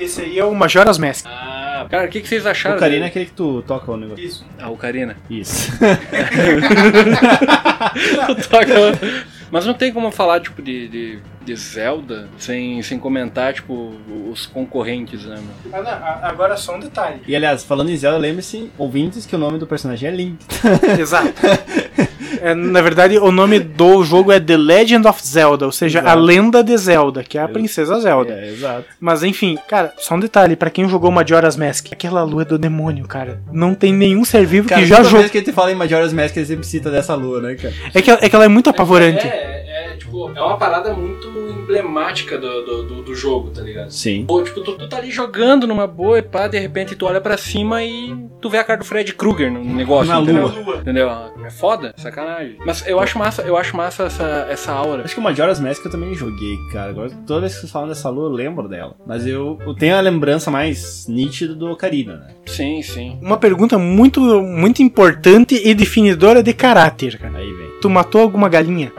Speaker 4: Esse aí
Speaker 2: E
Speaker 4: é
Speaker 2: é
Speaker 4: o.
Speaker 2: o Majora's Mask.
Speaker 3: Ah, cara, o que, que vocês acharam?
Speaker 1: Ocarina é
Speaker 3: dele?
Speaker 1: aquele que tu toca o negócio.
Speaker 4: Isso.
Speaker 3: Ah, Ocarina.
Speaker 1: Isso.
Speaker 5: Tá.
Speaker 3: Tu toca- Tá, Mas não tem como falar, tipo, de, de, de Zelda sem, sem comentar, tipo, os concorrentes, né, mano?
Speaker 4: Ah, não, a- agora só um detalhe.
Speaker 1: E aliás, falando em Zelda, lembre-se, ouvintes, que o nome do personagem é Link.
Speaker 2: Exato. É, na verdade, o nome do jogo é The Legend of Zelda, ou seja, a
Speaker 1: Exato.
Speaker 2: lenda de Zelda, que é a
Speaker 1: Eu-
Speaker 2: princesa Zelda.
Speaker 1: É, exato.
Speaker 2: Mas enfim, cara, só um detalhe, pra quem jogou Majora's Mask, aquela lua é do demônio, cara. Não tem nenhum ser vivo
Speaker 1: Cara,
Speaker 2: que já
Speaker 1: toda
Speaker 2: jogou.
Speaker 1: vez que a gente fala em Majora's Mask, ele sempre cita dessa lua, né, cara?
Speaker 2: É que, é que ela é muito apavorante.
Speaker 5: É, é, tipo, é uma parada muito emblemática do, do, do, do jogo, tá ligado?
Speaker 1: Sim.
Speaker 5: Pô, tipo, tu, tu
Speaker 3: Tu tá ali jogando numa boa e pá, de repente tu olha pra cima e tu vê a cara do Fred Krueger no negócio.
Speaker 1: Na
Speaker 3: entendeu?
Speaker 1: lua.
Speaker 4: Lua.
Speaker 3: Entendeu? É foda, sacanagem. Mas eu acho massa, eu acho massa essa, essa aura.
Speaker 1: Acho que o Majora's Mask eu também joguei, cara. Agora, toda vez que vocês falam dessa lua, eu lembro dela. Mas eu, eu tenho a lembrança mais nítida do Ocarina, né?
Speaker 3: Sim, sim.
Speaker 2: Uma pergunta muito, muito importante e definidora de caráter, cara.
Speaker 1: Aí vem.
Speaker 2: Tu matou alguma galinha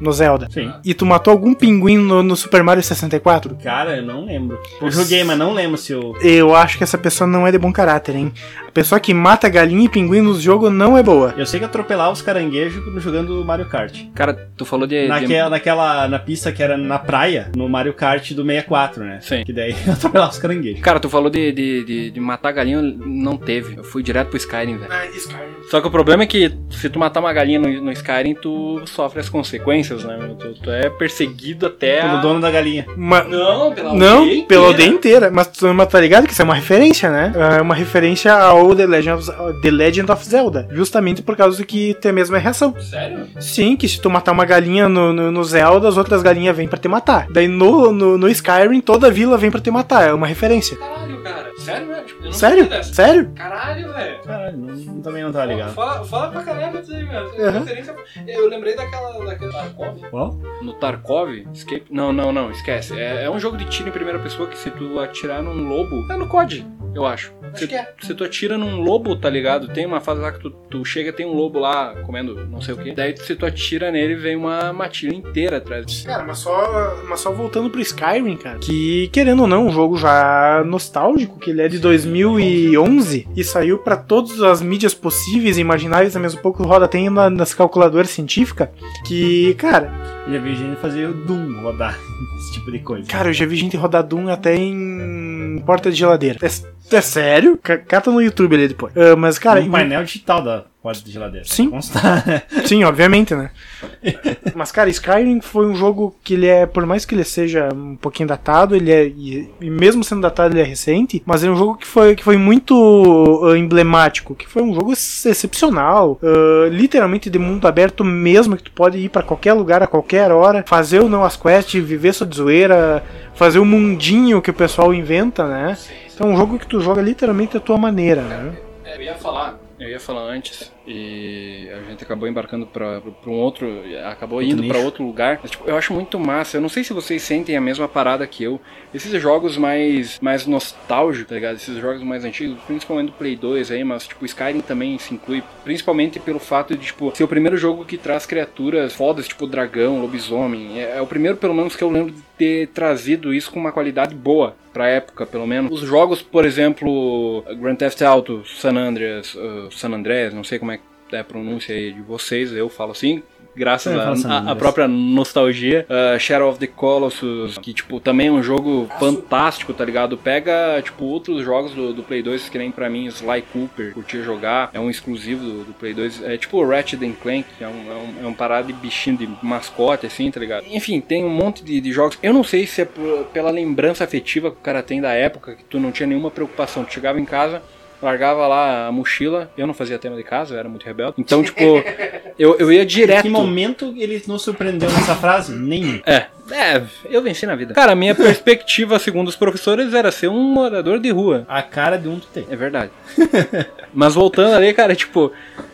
Speaker 2: no Zelda?
Speaker 1: Sim.
Speaker 2: E tu matou algum pinguim no, no Super Mario 64?
Speaker 1: Cara, eu não lembro. Eu joguei, mas não lembro se eu.
Speaker 2: Eu acho que essa pessoa não é de bom caráter, hein? A pessoa que mata galinha e pinguim no jogo não é boa.
Speaker 1: Eu sei que eu atropelava os caranguejos jogando Mario Kart.
Speaker 3: Cara, tu falou de. de-
Speaker 1: Naquela, naquela na pista que era na praia, no Mario Kart do 64, né?
Speaker 3: Sim.
Speaker 1: Que daí eu atropelava os caranguejos.
Speaker 3: Cara, tu falou de, de, de, de matar galinha, não teve. Eu fui direto pro Skyrim, velho.
Speaker 4: Ah, Skyrim.
Speaker 3: Só que o problema é que se tu matar uma galinha no, no Skyrim, tu sofre as consequências, né? meu? Tu, tu é perseguido até.
Speaker 1: Pelo
Speaker 3: a-
Speaker 1: dono da galinha.
Speaker 2: Ma-
Speaker 5: Não, pela
Speaker 2: Não,
Speaker 5: aldeia
Speaker 2: pela
Speaker 5: inteira.
Speaker 2: aldeia inteira. Mas tu mas tá ligado que isso é uma referência, né? É uma referência ao The Legend of, The Legend of Zelda. Justamente por causa que tem a mesma reação.
Speaker 5: Sério?
Speaker 2: Sim, que se tu matar uma galinha no, no, no Zelda, as outras galinhas vêm pra te matar. Daí no, no, no Skyrim, toda a vila vem pra te matar. É uma referência.
Speaker 5: Caralho, cara. Sério,
Speaker 3: né?
Speaker 5: velho? Tipo, eu não
Speaker 2: Sério?
Speaker 5: sabia dessa.
Speaker 2: Sério?
Speaker 5: Caralho, velho.
Speaker 1: Caralho, não- também não tá ligado.
Speaker 5: Fala, fala pra caralho isso aí, velho.
Speaker 2: Aham.
Speaker 5: Referência- Eu lembrei daquela. daquela Tarkov.
Speaker 1: Qual?
Speaker 3: No Tarkov? Escape? Não, não, não, esquece. É, é um jogo de tiro em primeira pessoa que se tu atirar num lobo. É no COD. eu acho.
Speaker 4: Acho
Speaker 3: Se,
Speaker 4: que é.
Speaker 3: se tu atira num lobo, tá ligado? Tem uma fase lá que tu, tu chega, tem um lobo lá comendo não sei o que. Daí se tu atira nele, vem uma matilha inteira atrás. de ti.
Speaker 2: Cara, mas só, mas só voltando pro Skyrim, cara, que querendo ou não, um jogo já nostálgico, que ele é de 2011 e saiu pra todas as mídias possíveis e imagináveis, ao mesmo pouco roda tem na- nas calculadoras científicas, que, cara,
Speaker 1: Eu já vi gente fazer o Doom rodar esse tipo de coisa.
Speaker 2: cara, eu já vi gente rodar Doom até em porta de geladeira. É, é sério? Ca- Cata no YouTube ali depois. Ah, mas, cara,
Speaker 1: Cara, um painel digital da porta de geladeira.
Speaker 2: Sim.
Speaker 1: Constar, né?
Speaker 2: Sim, obviamente, né? Mas, cara, Skyrim foi um jogo que ele é, por mais que ele seja um pouquinho datado, ele é, e, e mesmo sendo datado, ele é recente, mas é um jogo que foi, que foi muito ah, emblemático, que foi um jogo ex- excepcional, ah, literalmente de mundo aberto mesmo, que tu pode ir pra qualquer lugar, a qualquer hora, fazer ou não as quests, viver sua de zoeira, fazer o mundinho que o pessoal inventa, né? Então é um jogo que tu joga literalmente da tua maneira, né?
Speaker 3: É, eu ia falar. Eu ia falar antes e a gente acabou embarcando pra, pra um outro, acabou indo pra
Speaker 1: nicho.
Speaker 3: outro lugar. Mas, tipo, eu acho muito massa. Eu não sei se vocês sentem a mesma parada que eu. Esses jogos mais, mais nostálgicos, tá ligado? Esses jogos mais antigos, principalmente do Play 2 aí, mas tipo, Skyrim também se inclui. Principalmente pelo fato de, tipo, ser o primeiro jogo que traz criaturas fodas, tipo dragão, lobisomem. É, é o primeiro, pelo menos, que eu lembro de ter trazido isso com uma qualidade boa pra época, pelo menos. Os jogos, por exemplo, Grand Theft Auto, San Andreas, uh, San Andreas, não sei como é que é a pronúncia aí de vocês, eu falo assim, graças
Speaker 1: Eu falo San
Speaker 3: à- à à
Speaker 1: Andreas.
Speaker 3: própria nostalgia. Uh, Shadow of the Colossus, que, tipo, também é um jogo fantástico, tá ligado? Pega, tipo, outros jogos do, do Play 2, que nem pra mim, Sly Cooper, curtia jogar, é um exclusivo do, do Play 2. É tipo o Ratchet and Clank, que é um, é, um, é um parado de bichinho de mascote, assim, tá ligado? Enfim, tem um monte de, de jogos. Eu não sei se é por- pela lembrança afetiva que o cara tem da época, que tu não tinha nenhuma preocupação. Tu chegava em casa, largava lá a mochila. Eu não fazia tema de casa, eu era muito rebelde. Então, tipo, eu, eu ia direto.
Speaker 1: Que momento ele nos surpreendeu nessa frase? Nenhum.
Speaker 3: É. É, eu venci na vida. Cara, a minha perspectiva, segundo os professores, era ser um morador de rua.
Speaker 1: A cara de um tu tem.
Speaker 3: É verdade. Mas voltando ali, cara, tipo,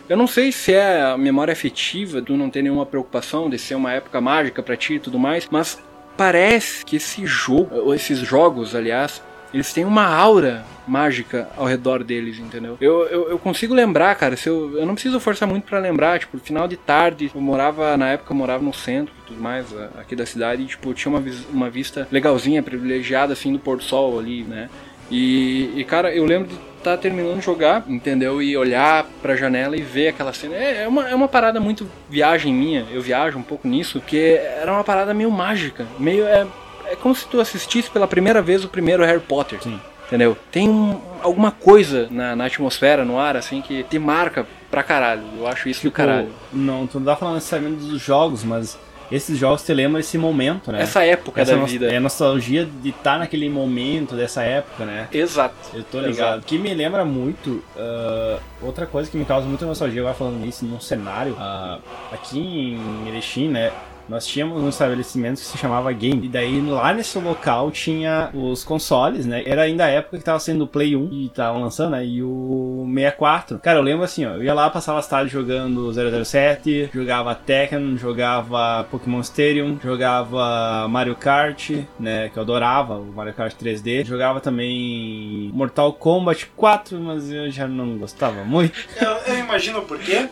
Speaker 3: eu não sei se é a memória afetiva, tu não ter nenhuma preocupação de ser uma época mágica pra ti e tudo mais, mas parece que esse jogo, ou esses jogos, aliás, eles têm uma aura mágica ao redor deles, entendeu? Eu, eu, eu consigo lembrar, cara, se eu, eu não preciso forçar muito pra lembrar, tipo, final de tarde, eu morava, na época eu morava no centro e tudo mais, a- aqui da cidade, e, tipo, tinha uma, vis- uma vista legalzinha, privilegiada, assim, do pôr do sol ali, né? E, e, cara, eu lembro de estar terminando de jogar, entendeu? E olhar pra janela e ver aquela cena. É, é uma, é uma parada muito viagem minha, eu viajo um pouco nisso, porque era uma parada meio mágica, meio. É, é como se tu assistisse pela primeira vez o primeiro Harry Potter.
Speaker 1: Sim.
Speaker 3: Entendeu? Tem um- alguma coisa na, na atmosfera, no ar, assim, que te marca pra caralho. Eu acho isso do
Speaker 1: Tipo,
Speaker 3: caralho.
Speaker 1: Não, tu não tá falando necessariamente dos jogos, mas esses jogos te lembram esse momento, né?
Speaker 3: Essa época
Speaker 1: Essa
Speaker 3: da
Speaker 1: nos-
Speaker 3: vida.
Speaker 1: É a nostalgia de estar naquele momento dessa época, né?
Speaker 3: Exato.
Speaker 1: Eu tô
Speaker 3: Exato.
Speaker 1: ligado. O que me lembra muito, ah, outra coisa que me causa muita nostalgia, agora falando nisso, num cenário, ah, aqui em Erechim, né? Nós tínhamos um estabelecimento que se chamava Game. E daí lá nesse local tinha os consoles, né? Era ainda a época que tava sendo o Play 1 e tava lançando, né? E o 64. Cara, eu lembro assim, ó. Eu ia lá, passava as tardes jogando 007, jogava Tekken, jogava Pokémon Stadium, jogava Mario Kart, né? Que eu adorava, o Mario Kart 3D. Jogava também Mortal Kombat 4, mas eu já não gostava muito.
Speaker 4: Eu, eu imagino o porquê.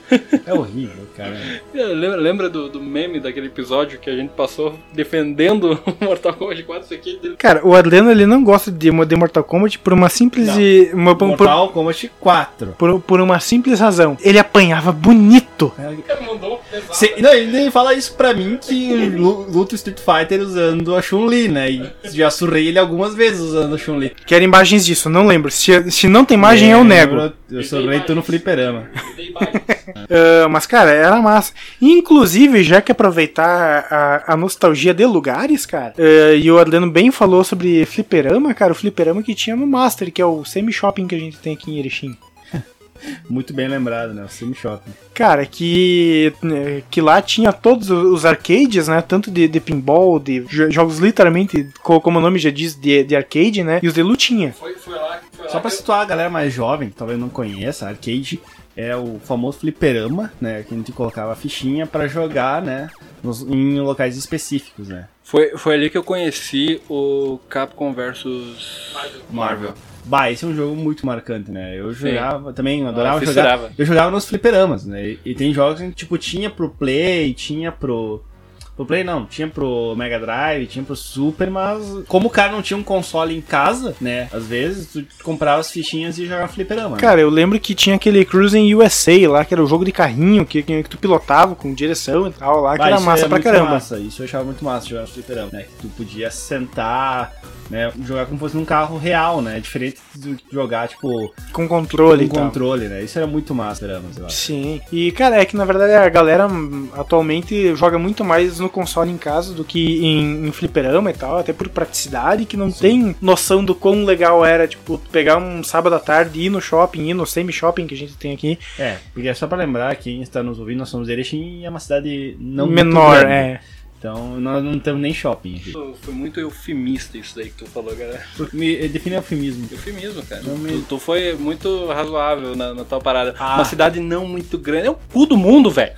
Speaker 1: É horrível, cara.
Speaker 3: Eu É, lembra lembra do, do meme daquele episódio que a gente passou defendendo o Mortal Kombat 4? Isso aqui
Speaker 2: Cara, o Adriano ele não gosta de, de Mortal Kombat por uma simples
Speaker 1: Não.
Speaker 2: e- uma- por,
Speaker 1: Mortal Kombat 4.
Speaker 2: por- por uma simples razão. Ele apanhava bonito.
Speaker 3: mandou um pesado.
Speaker 1: Cê- não, ele nem fala isso pra mim que lu- luta o Street Fighter usando a Chun-Li, né? E já surrei ele algumas vezes usando a Chun-Li.
Speaker 2: Quero imagens disso, não lembro. Se, se não tem imagem, eu nego.
Speaker 1: Lembro, Eu surrei tu no fliperama.
Speaker 2: Ah, mas, cara, era massa. Inclusive, já que aproveitar a, a nostalgia de lugares, cara, ah, e o Adriano bem falou sobre fliperama, cara, o fliperama que tinha no Master, que é o semi-shopping que a gente tem aqui em Erechim.
Speaker 1: Muito bem lembrado, né? O Sim Shopping.
Speaker 2: Cara, que, né, que lá tinha todos os arcades, né? Tanto de, de pinball, de jo- jogos literalmente, co- como o nome já diz, de, de arcade, né? E os de lutinha.
Speaker 5: Foi, foi lá, foi
Speaker 1: Só
Speaker 5: lá
Speaker 1: pra
Speaker 5: que eu-
Speaker 1: situar a galera mais jovem, que talvez não conheça, arcade é o famoso fliperama, né? Que a gente colocava a fichinha pra jogar, né? nos- em locais específicos, né?
Speaker 3: Foi, foi ali que eu conheci o Capcom versus
Speaker 1: Marvel. Bah, esse é um jogo muito marcante, né? Eu
Speaker 3: Sim.
Speaker 1: jogava também, eu adorava
Speaker 3: eu
Speaker 1: jogar.
Speaker 3: fissurava.
Speaker 1: Eu jogava nos fliperamas, né? E, e tem jogos que, tipo, tinha pro Play, tinha pro. Pro Play não, tinha pro Mega Drive, tinha pro Super, mas como o cara não tinha um console em casa, né? Às vezes tu comprava as fichinhas e jogava fliperama. né?
Speaker 2: Cara, eu lembro que tinha aquele Cruising USA lá, que era o jogo de carrinho que, que tu pilotava com direção e tal lá, que
Speaker 1: Bah,
Speaker 2: era
Speaker 1: isso é
Speaker 2: massa pra
Speaker 1: muito
Speaker 2: caramba.
Speaker 1: massa, Isso eu achava muito massa jogar no fliperama, né? Que tu podia sentar, né? Jogar como fosse num carro real, né? Diferente de jogar, tipo,
Speaker 2: Com controle
Speaker 1: com
Speaker 2: e tal.
Speaker 1: controle, né? Isso era muito massa, fliperama, sei lá.
Speaker 2: Sim. E, cara, é que na verdade a galera hum, atualmente joga muito mais no console em casa do que em, em fliperama e tal, até por praticidade, que não tem noção do quão legal era, tipo, tu pegar um sábado à tarde e ir no shopping, ir no semi-shopping que a gente tem aqui.
Speaker 1: É, porque é só pra lembrar, quem está nos ouvindo, nós somos de Erechim e é uma cidade não muito
Speaker 2: menor,
Speaker 1: grande.
Speaker 2: é.
Speaker 1: Então nós não temos nem shopping aqui.
Speaker 3: Pô, Foi muito eufemista isso daí que tu falou, cara.
Speaker 1: Me define eufemismo.
Speaker 3: Eufemismo, cara.
Speaker 1: Não me-
Speaker 3: Tu, tu foi muito razoável na, na tua parada.
Speaker 1: Ah.
Speaker 3: Uma cidade não muito grande. É o cu do mundo, velho.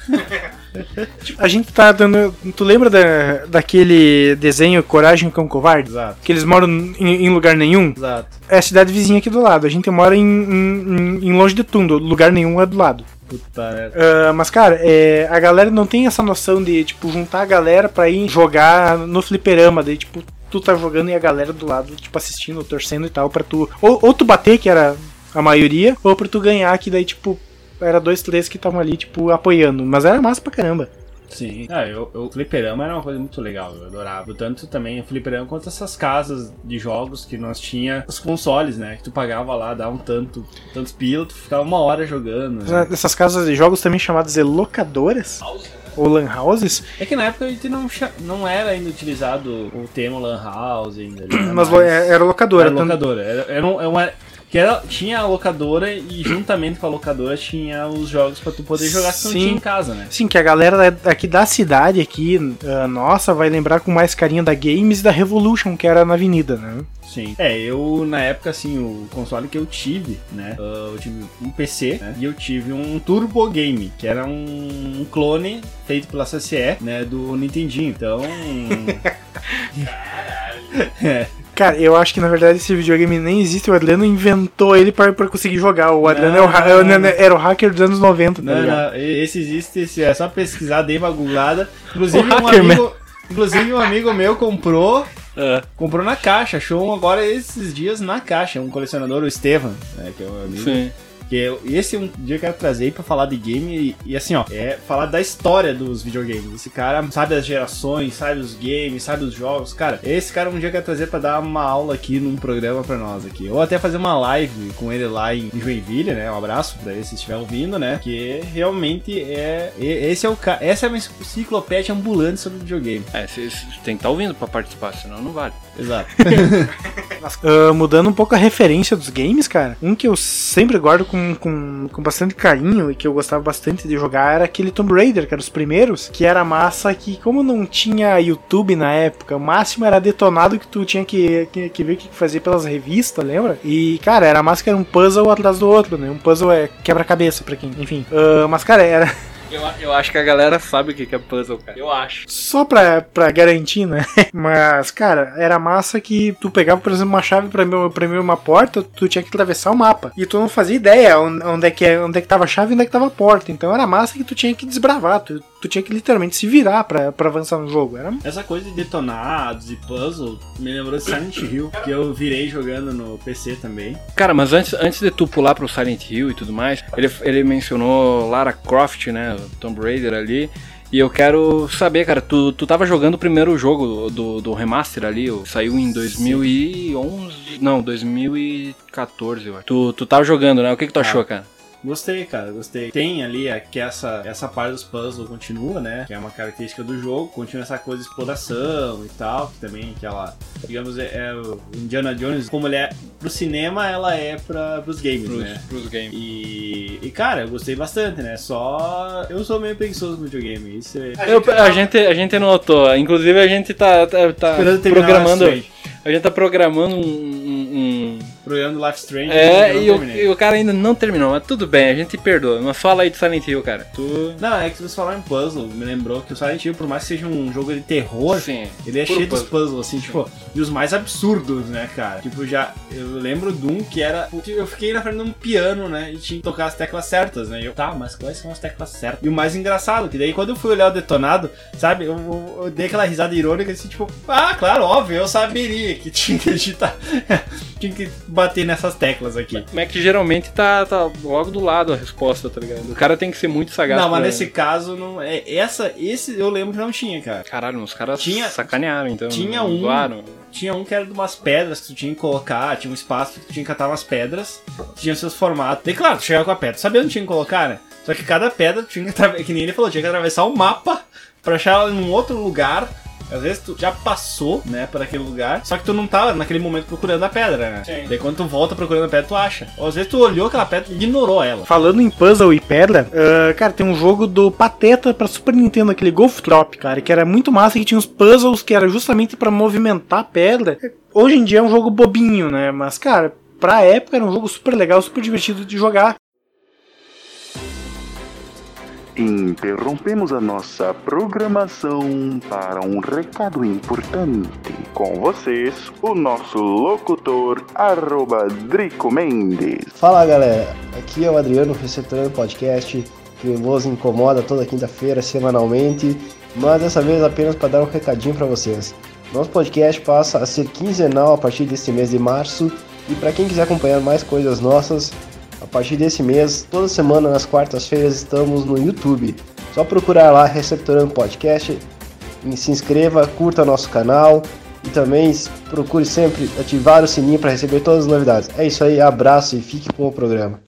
Speaker 1: Tipo-
Speaker 2: A gente tá dando. Tu lembra da, daquele desenho Coragem com Covarde?
Speaker 1: Exato,
Speaker 2: Que eles moram em, em lugar nenhum?
Speaker 1: exato.
Speaker 2: É a cidade vizinha aqui do lado. A gente mora em, em- em- em longe de tudo, lugar nenhum é do lado.
Speaker 1: Puta merda.
Speaker 2: Ah, mas, cara, é, a galera não tem essa noção de, tipo, juntar a galera pra ir jogar no fliperama, daí, tipo, tu tá jogando e a galera do lado, tipo, assistindo, torcendo e tal, pra tu. Ou, ou tu bater, que era a maioria, ou pra tu ganhar, que daí, tipo, era dois, três que estavam ali, tipo, apoiando. Mas era massa pra caramba.
Speaker 1: Sim. Ah, eu, eu, fliperama era uma coisa muito legal, eu adorava. Tanto também o fliperama quanto essas casas de jogos que nós tinha os consoles, né? Que tu pagava lá, dava um tanto, tantos pila, tu ficava uma hora jogando. né?
Speaker 2: Essas ah, casas de jogos também chamadas de locadoras ou lan houses,
Speaker 1: É que na época a gente não, cha- não era ainda utilizado o termo Lan House ainda. né, ele era
Speaker 2: mas lo-
Speaker 1: mais-
Speaker 2: é- era locadora.
Speaker 1: Era
Speaker 2: tanto-
Speaker 1: locadora. Era, era, um- é uma- que era- tinha a locadora e juntamente com a locadora tinha os jogos pra tu poder jogar se tu não
Speaker 2: Sim.
Speaker 1: tinha em casa, né?
Speaker 2: Sim, que a galera da- aqui da cidade aqui, ah, nossa, vai lembrar com mais carinho da Games e da Revolution, que era na avenida, né?
Speaker 1: Sim. É, eu na época, assim, o console que eu tive, né? ah, Eu tive um PC né, e eu tive um Turbo Game, que era um, um clone feito pela CCE, né? Do Nintendinho. Então.
Speaker 2: Cara, eu acho que na verdade esse videogame nem existe, o Adriano inventou ele pra, pra conseguir jogar. O Adriano é o ha-
Speaker 1: Não.
Speaker 2: era, o hacker dos anos 90, tá
Speaker 1: Não,
Speaker 2: ligado?
Speaker 1: não, esse existe, esse é só pesquisar, dei uma googlada. Inclusive,
Speaker 2: O
Speaker 1: um
Speaker 2: Hackerman.
Speaker 1: amigo, inclusive, um amigo meu comprou.
Speaker 3: Ah,
Speaker 1: Comprou na caixa, achou um agora esses dias na caixa, um colecionador, o Estevam, né, que é um amigo.
Speaker 3: Sim.
Speaker 1: Que eu- esse é um dia que eu quero trazer pra falar de game e, e assim, ó, é falar da história dos videogames. Esse cara sabe as gerações, sabe os games, sabe os jogos. Cara, esse cara um dia eu quero trazer pra dar uma aula aqui num programa pra nós aqui. Ou até fazer uma live com ele lá em Joinville, né? Um abraço pra ele se estiver ouvindo, né? Que realmente é. e- Esse é o ca- Essa é uma enciclopédia ambulante sobre videogame.
Speaker 3: É, você tem que estar ouvindo pra participar, senão não vale.
Speaker 1: Exato.
Speaker 2: Ah, mudando um pouco a referência dos games, cara, um que eu sempre guardo com, com, com bastante carinho e que eu gostava bastante de jogar era aquele Tomb Raider, que era os primeiros, que era massa que, como não tinha YouTube na época, o máximo era detonado que tu tinha que, que, que ver o que fazer pelas revistas, lembra? E, cara, era massa que era um puzzle atrás do outro, né? Um puzzle é quebra-cabeça pra quem, enfim. Ah, mas, cara, era
Speaker 3: Eu, eu acho que a galera sabe o que que é puzzle, cara. Eu acho.
Speaker 2: só pra, pra garantir, né? Mas, cara, era massa que tu pegava, por exemplo, uma chave pra abrir, pra abrir uma porta, tu tinha que atravessar o mapa. E tu não fazia ideia on- onde é que, é- onde é que tava a chave e onde é que tava a porta. Então era massa que tu tinha que desbravar, tu, tu tinha que literalmente se virar pra, pra avançar no jogo. Era
Speaker 1: Essa coisa de detonados e puzzle me lembrou de Silent Hill, que eu virei jogando no PC também.
Speaker 3: Cara, mas antes, antes de tu pular pro Silent Hill e tudo mais, ele, ele mencionou Lara Croft, né? o Tomb Raider ali. E eu quero saber, cara, tu, tu tava jogando o primeiro jogo do, do remaster ali, o- saiu em 2011, não, 2014, eu acho. Tu, tu tava jogando, né? O
Speaker 1: Ah,
Speaker 3: que que tu achou, cara?
Speaker 1: Gostei, cara, gostei. Tem ali a- que essa, essa parte dos puzzles continua, né? Que é uma característica do jogo, continua essa coisa de exploração e tal, que também aquela, digamos, é, é o Indiana Jones, como ele é pro cinema, ela é pra, pros games, né?
Speaker 3: pros games.
Speaker 1: E, e, cara, eu gostei bastante, né? Só. Eu sou meio preguiçoso no videogame. Isso é.
Speaker 4: A
Speaker 3: Eu-
Speaker 4: gente
Speaker 3: a, gente, a gente notou, inclusive a gente tá, tá, tá
Speaker 1: Esperando terminar o
Speaker 3: programando.
Speaker 1: Assassin's Creed.
Speaker 3: A gente tá programando um, um- um-
Speaker 1: Proiando Life Strange.
Speaker 3: É,
Speaker 1: eu
Speaker 3: e o,
Speaker 1: terminei.
Speaker 3: e o cara ainda não terminou, mas tudo bem, a gente perdoa. Mas fala aí do Silent Hill, cara. Tu.
Speaker 1: Não, é que vocês falaram em puzzle, me lembrou que o Silent Hill, por mais que seja um jogo de terror,
Speaker 3: Assim,
Speaker 1: Ele é
Speaker 3: Puro
Speaker 1: cheio dos
Speaker 3: puzzle.
Speaker 1: puzzles, assim, tipo, e os mais absurdos, né, cara? Tipo, já. Eu lembro de um que era. Eu fiquei na frente de um piano, né? E tinha que tocar as teclas certas, né? E eu, tá, mas quais são as teclas certas? E o mais engraçado, que daí quando eu fui olhar o detonado, sabe? Eu, eu- eu dei aquela risada irônica, assim, tipo, ah, claro, óbvio, eu saberia que tinha que digitar. tinha que bater nessas teclas aqui.
Speaker 3: Como é que geralmente tá, tá logo do lado a resposta, tá ligado? O cara tem que ser muito sagaz.
Speaker 1: não, mas
Speaker 3: pra-
Speaker 1: nesse caso, não. É, essa, esse eu lembro que não tinha, cara.
Speaker 3: Caralho, os caras
Speaker 1: Tinha-
Speaker 3: sacanearam, então.
Speaker 1: tinha um-
Speaker 3: Claro.
Speaker 1: Tinha um que era de umas pedras que tu tinha que colocar, tinha um espaço que tu tinha que catar umas pedras, tinha seus formatos. E claro, tu chegava com a pedra, tu sabia onde tinha que colocar, né? Só que cada pedra tu tinha que atravessar, que nem ele falou, tinha que atravessar o mapa pra achar ela em um outro lugar. Às vezes tu já passou, né, por aquele lugar, só que tu não tava naquele momento procurando a pedra, né?
Speaker 4: Sim.
Speaker 1: Daí quando tu volta procurando a pedra, tu acha. Ou às vezes tu olhou aquela pedra e ignorou ela.
Speaker 2: Falando em puzzle e pedra, ah, cara, tem um jogo do Pateta pra Super Nintendo, aquele Golf Drop, cara, que era muito massa, que tinha uns puzzles que era justamente pra movimentar a pedra. Hoje em dia é um jogo bobinho, né? Mas, cara, pra época era um jogo super legal, super divertido de jogar.
Speaker 6: Interrompemos a nossa programação para um recado importante. Com vocês, o nosso locutor, arroba Drico Mendes.
Speaker 7: Fala galera, aqui é o Adriano Recetando Podcast, que vos incomoda toda quinta-feira, semanalmente, mas dessa vez apenas para dar um recadinho para vocês. Nosso podcast passa a ser quinzenal a partir deste mês de março, e para quem quiser acompanhar mais coisas nossas, a partir desse mês, toda semana nas quartas-feiras estamos no YouTube. Só procurar lá Receptorando Podcast, e se inscreva, curta nosso canal e também procure sempre ativar o sininho para receber todas as novidades. É isso aí, abraço e fique com o programa.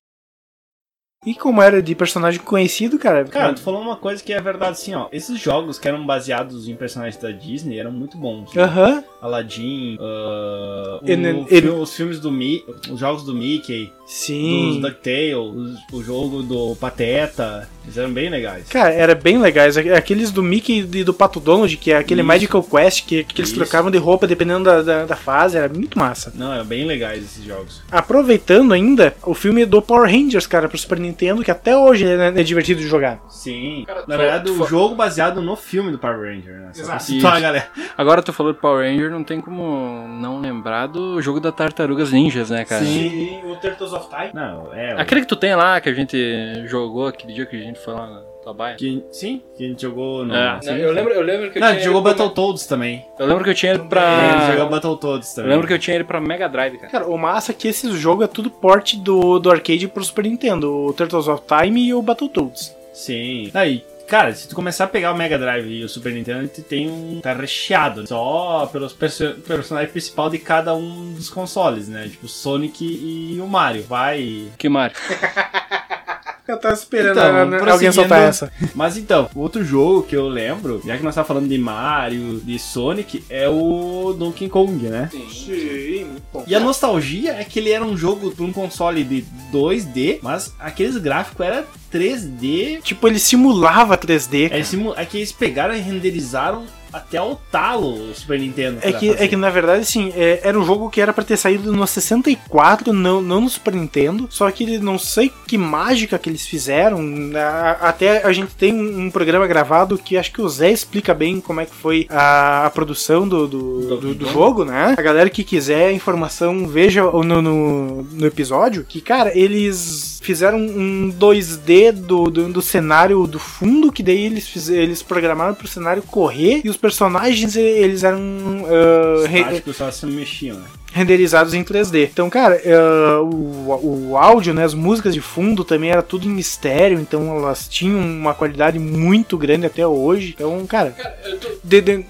Speaker 2: E como era de personagem conhecido, cara.
Speaker 1: Cara, tu falou uma coisa que é verdade, assim, ó. Esses jogos que eram baseados em personagens da Disney eram muito bons. né?
Speaker 2: ah, Aham.
Speaker 1: Aladdin, ah, o
Speaker 2: Ele-
Speaker 1: fi-
Speaker 2: ele-
Speaker 1: os filmes do Mi, os jogos do Mickey,
Speaker 2: Sim.
Speaker 1: dos DuckTales, o jogo do Pateta, eles eram bem legais.
Speaker 2: Cara, era bem legais. Aqu- Aqueles do Mickey e do Pato Donald, que é aquele
Speaker 1: Isso.
Speaker 2: Magical Quest, que, que eles
Speaker 1: Isso.
Speaker 2: trocavam de roupa dependendo da, da, da fase, era muito massa.
Speaker 1: Não, eram bem legais esses jogos.
Speaker 2: Aproveitando ainda o filme do Power Rangers, cara, pro Super Nintendo, que até hoje né, é divertido de jogar.
Speaker 1: Sim.
Speaker 5: Cara,
Speaker 1: Na
Speaker 5: tu-
Speaker 1: verdade,
Speaker 5: tu
Speaker 1: o
Speaker 5: fa-
Speaker 1: jogo baseado no filme do Power Ranger, né? Só pra
Speaker 4: Exato.
Speaker 1: situar a
Speaker 3: Isso.
Speaker 1: galera.
Speaker 3: Agora tu falou de Power Ranger, não tem como não lembrar do jogo da Tartarugas Ninjas, né, cara?
Speaker 4: Sim, o Turtles of Time.
Speaker 1: Não, é. o-
Speaker 3: Aquele que tu tem lá, que a gente jogou aquele dia que a gente foi lá na tua baia.
Speaker 1: Que, sim, que a gente jogou no.
Speaker 3: É.
Speaker 1: sim.
Speaker 5: eu, lembro, eu lembro que eu
Speaker 1: Não, a
Speaker 5: tinha.
Speaker 1: gente jogou
Speaker 5: ele pra-
Speaker 1: Battletoads também.
Speaker 3: Eu lembro que eu tinha ele
Speaker 1: A gente jogou
Speaker 3: pra.
Speaker 1: Battletoads
Speaker 3: Ah. Eu
Speaker 1: também.
Speaker 3: lembro que eu tinha ele pra Mega Drive, cara.
Speaker 2: Cara, o massa é que esse jogo é tudo porte do, do arcade pro Super Nintendo, o Turtles of Time e o Battletoads.
Speaker 1: Sim. Aí, cara, se tu começar a pegar o Mega Drive e o Super Nintendo, tu tem um. tá recheado. Só pelos perso personagens principal de cada um dos consoles, né? Tipo, Sonic e o Mario. Vai.
Speaker 3: Que Mario.
Speaker 2: Eu tava esperando
Speaker 1: Então,
Speaker 2: né, alguém
Speaker 1: prosseguindo-
Speaker 2: soltar essa.
Speaker 1: Mas então, outro jogo que eu lembro, já que nós tava falando de Mario, de Sonic, é o Donkey Kong, né?
Speaker 2: Sim, muito bom.
Speaker 1: E a nostalgia é que ele era um jogo pra um console de 2D, mas aqueles gráficos era 3D.
Speaker 2: Tipo, ele simulava 3D.
Speaker 1: É, simu- é que eles pegaram e renderizaram até o talo o Super Nintendo.
Speaker 2: É
Speaker 1: pra
Speaker 2: que,
Speaker 1: fazer.
Speaker 2: é que na verdade, assim, é- era um jogo que era pra ter saído no 64, não, não no Super Nintendo. Só que ele- não sei que mágica que eles fizeram. né? a- até a gente tem um, um programa gravado que acho que o Zé explica bem como é que foi a, a produção do, do, do- do jogo, né? A galera que quiser informação, veja o- no, no, no episódio. Que, cara, eles fizeram um 2D do, do, do cenário do fundo, que daí eles, fiz- eles programaram pro cenário correr e os personagens e- eles eram. ah, re-
Speaker 1: Estático, só se não mexiam, né?
Speaker 2: renderizados em 3D. Então, cara, eh, o, o áudio, né, as músicas de fundo também era tudo em mistério, então elas tinham uma qualidade muito grande até hoje. Então, cara,
Speaker 5: Cara, eu tô-
Speaker 2: de, de,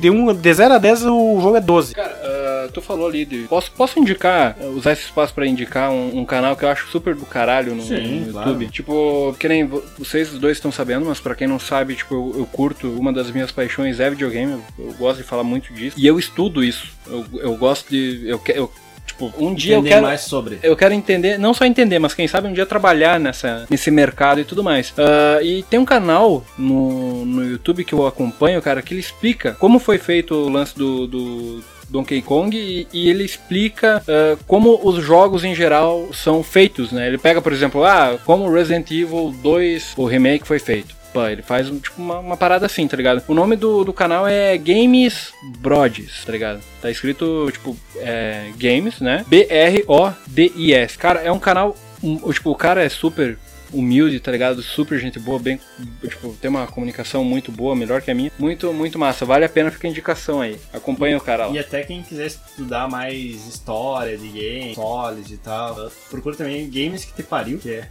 Speaker 2: de, um, de 0 a 10 o jogo é 12.
Speaker 5: Cara,
Speaker 3: Ah, tu falou ali de. Posso, posso indicar, eh, usar esse espaço pra indicar um, um canal que eu acho super do caralho no,
Speaker 1: Sim,
Speaker 3: no
Speaker 1: claro.
Speaker 3: YouTube? Tipo, que nem vo- vocês dois estão sabendo, mas pra quem não sabe, tipo, eu, eu curto, uma das minhas paixões é videogame, eu, eu gosto de falar muito disso. E eu estudo isso. Eu, eu gosto de. Eu, que- eu, tipo, um dia
Speaker 1: Entender
Speaker 3: eu quero.
Speaker 1: mais sobre.
Speaker 3: Eu quero entender, não só entender, mas quem sabe um dia trabalhar nessa, nesse mercado e tudo mais. Ah, e tem um canal no, no YouTube que eu acompanho, cara, que ele explica como foi feito o lance do. do Donkey Kong e, e ele explica ah, como os jogos em geral são feitos, né? Ele pega, por exemplo, ah, como Resident Evil 2, o remake foi feito. Pá, ele faz um, tipo, uma, uma parada assim, tá ligado? O nome do, do canal é Games Brodes, tá ligado? Tá escrito, tipo, é, Games, né? B-R-O-D-I-S. Cara, é um canal. um, tipo, o cara é super humilde, tá ligado? Super gente boa, bem, tipo, tem uma comunicação muito boa, melhor que a minha. Muito, muito massa. Vale a pena, fica a indicação aí. Acompanha o cara
Speaker 1: E
Speaker 3: lá.
Speaker 1: até quem quiser estudar mais história de games, solid e tal, procura também Games que te pariu, que é.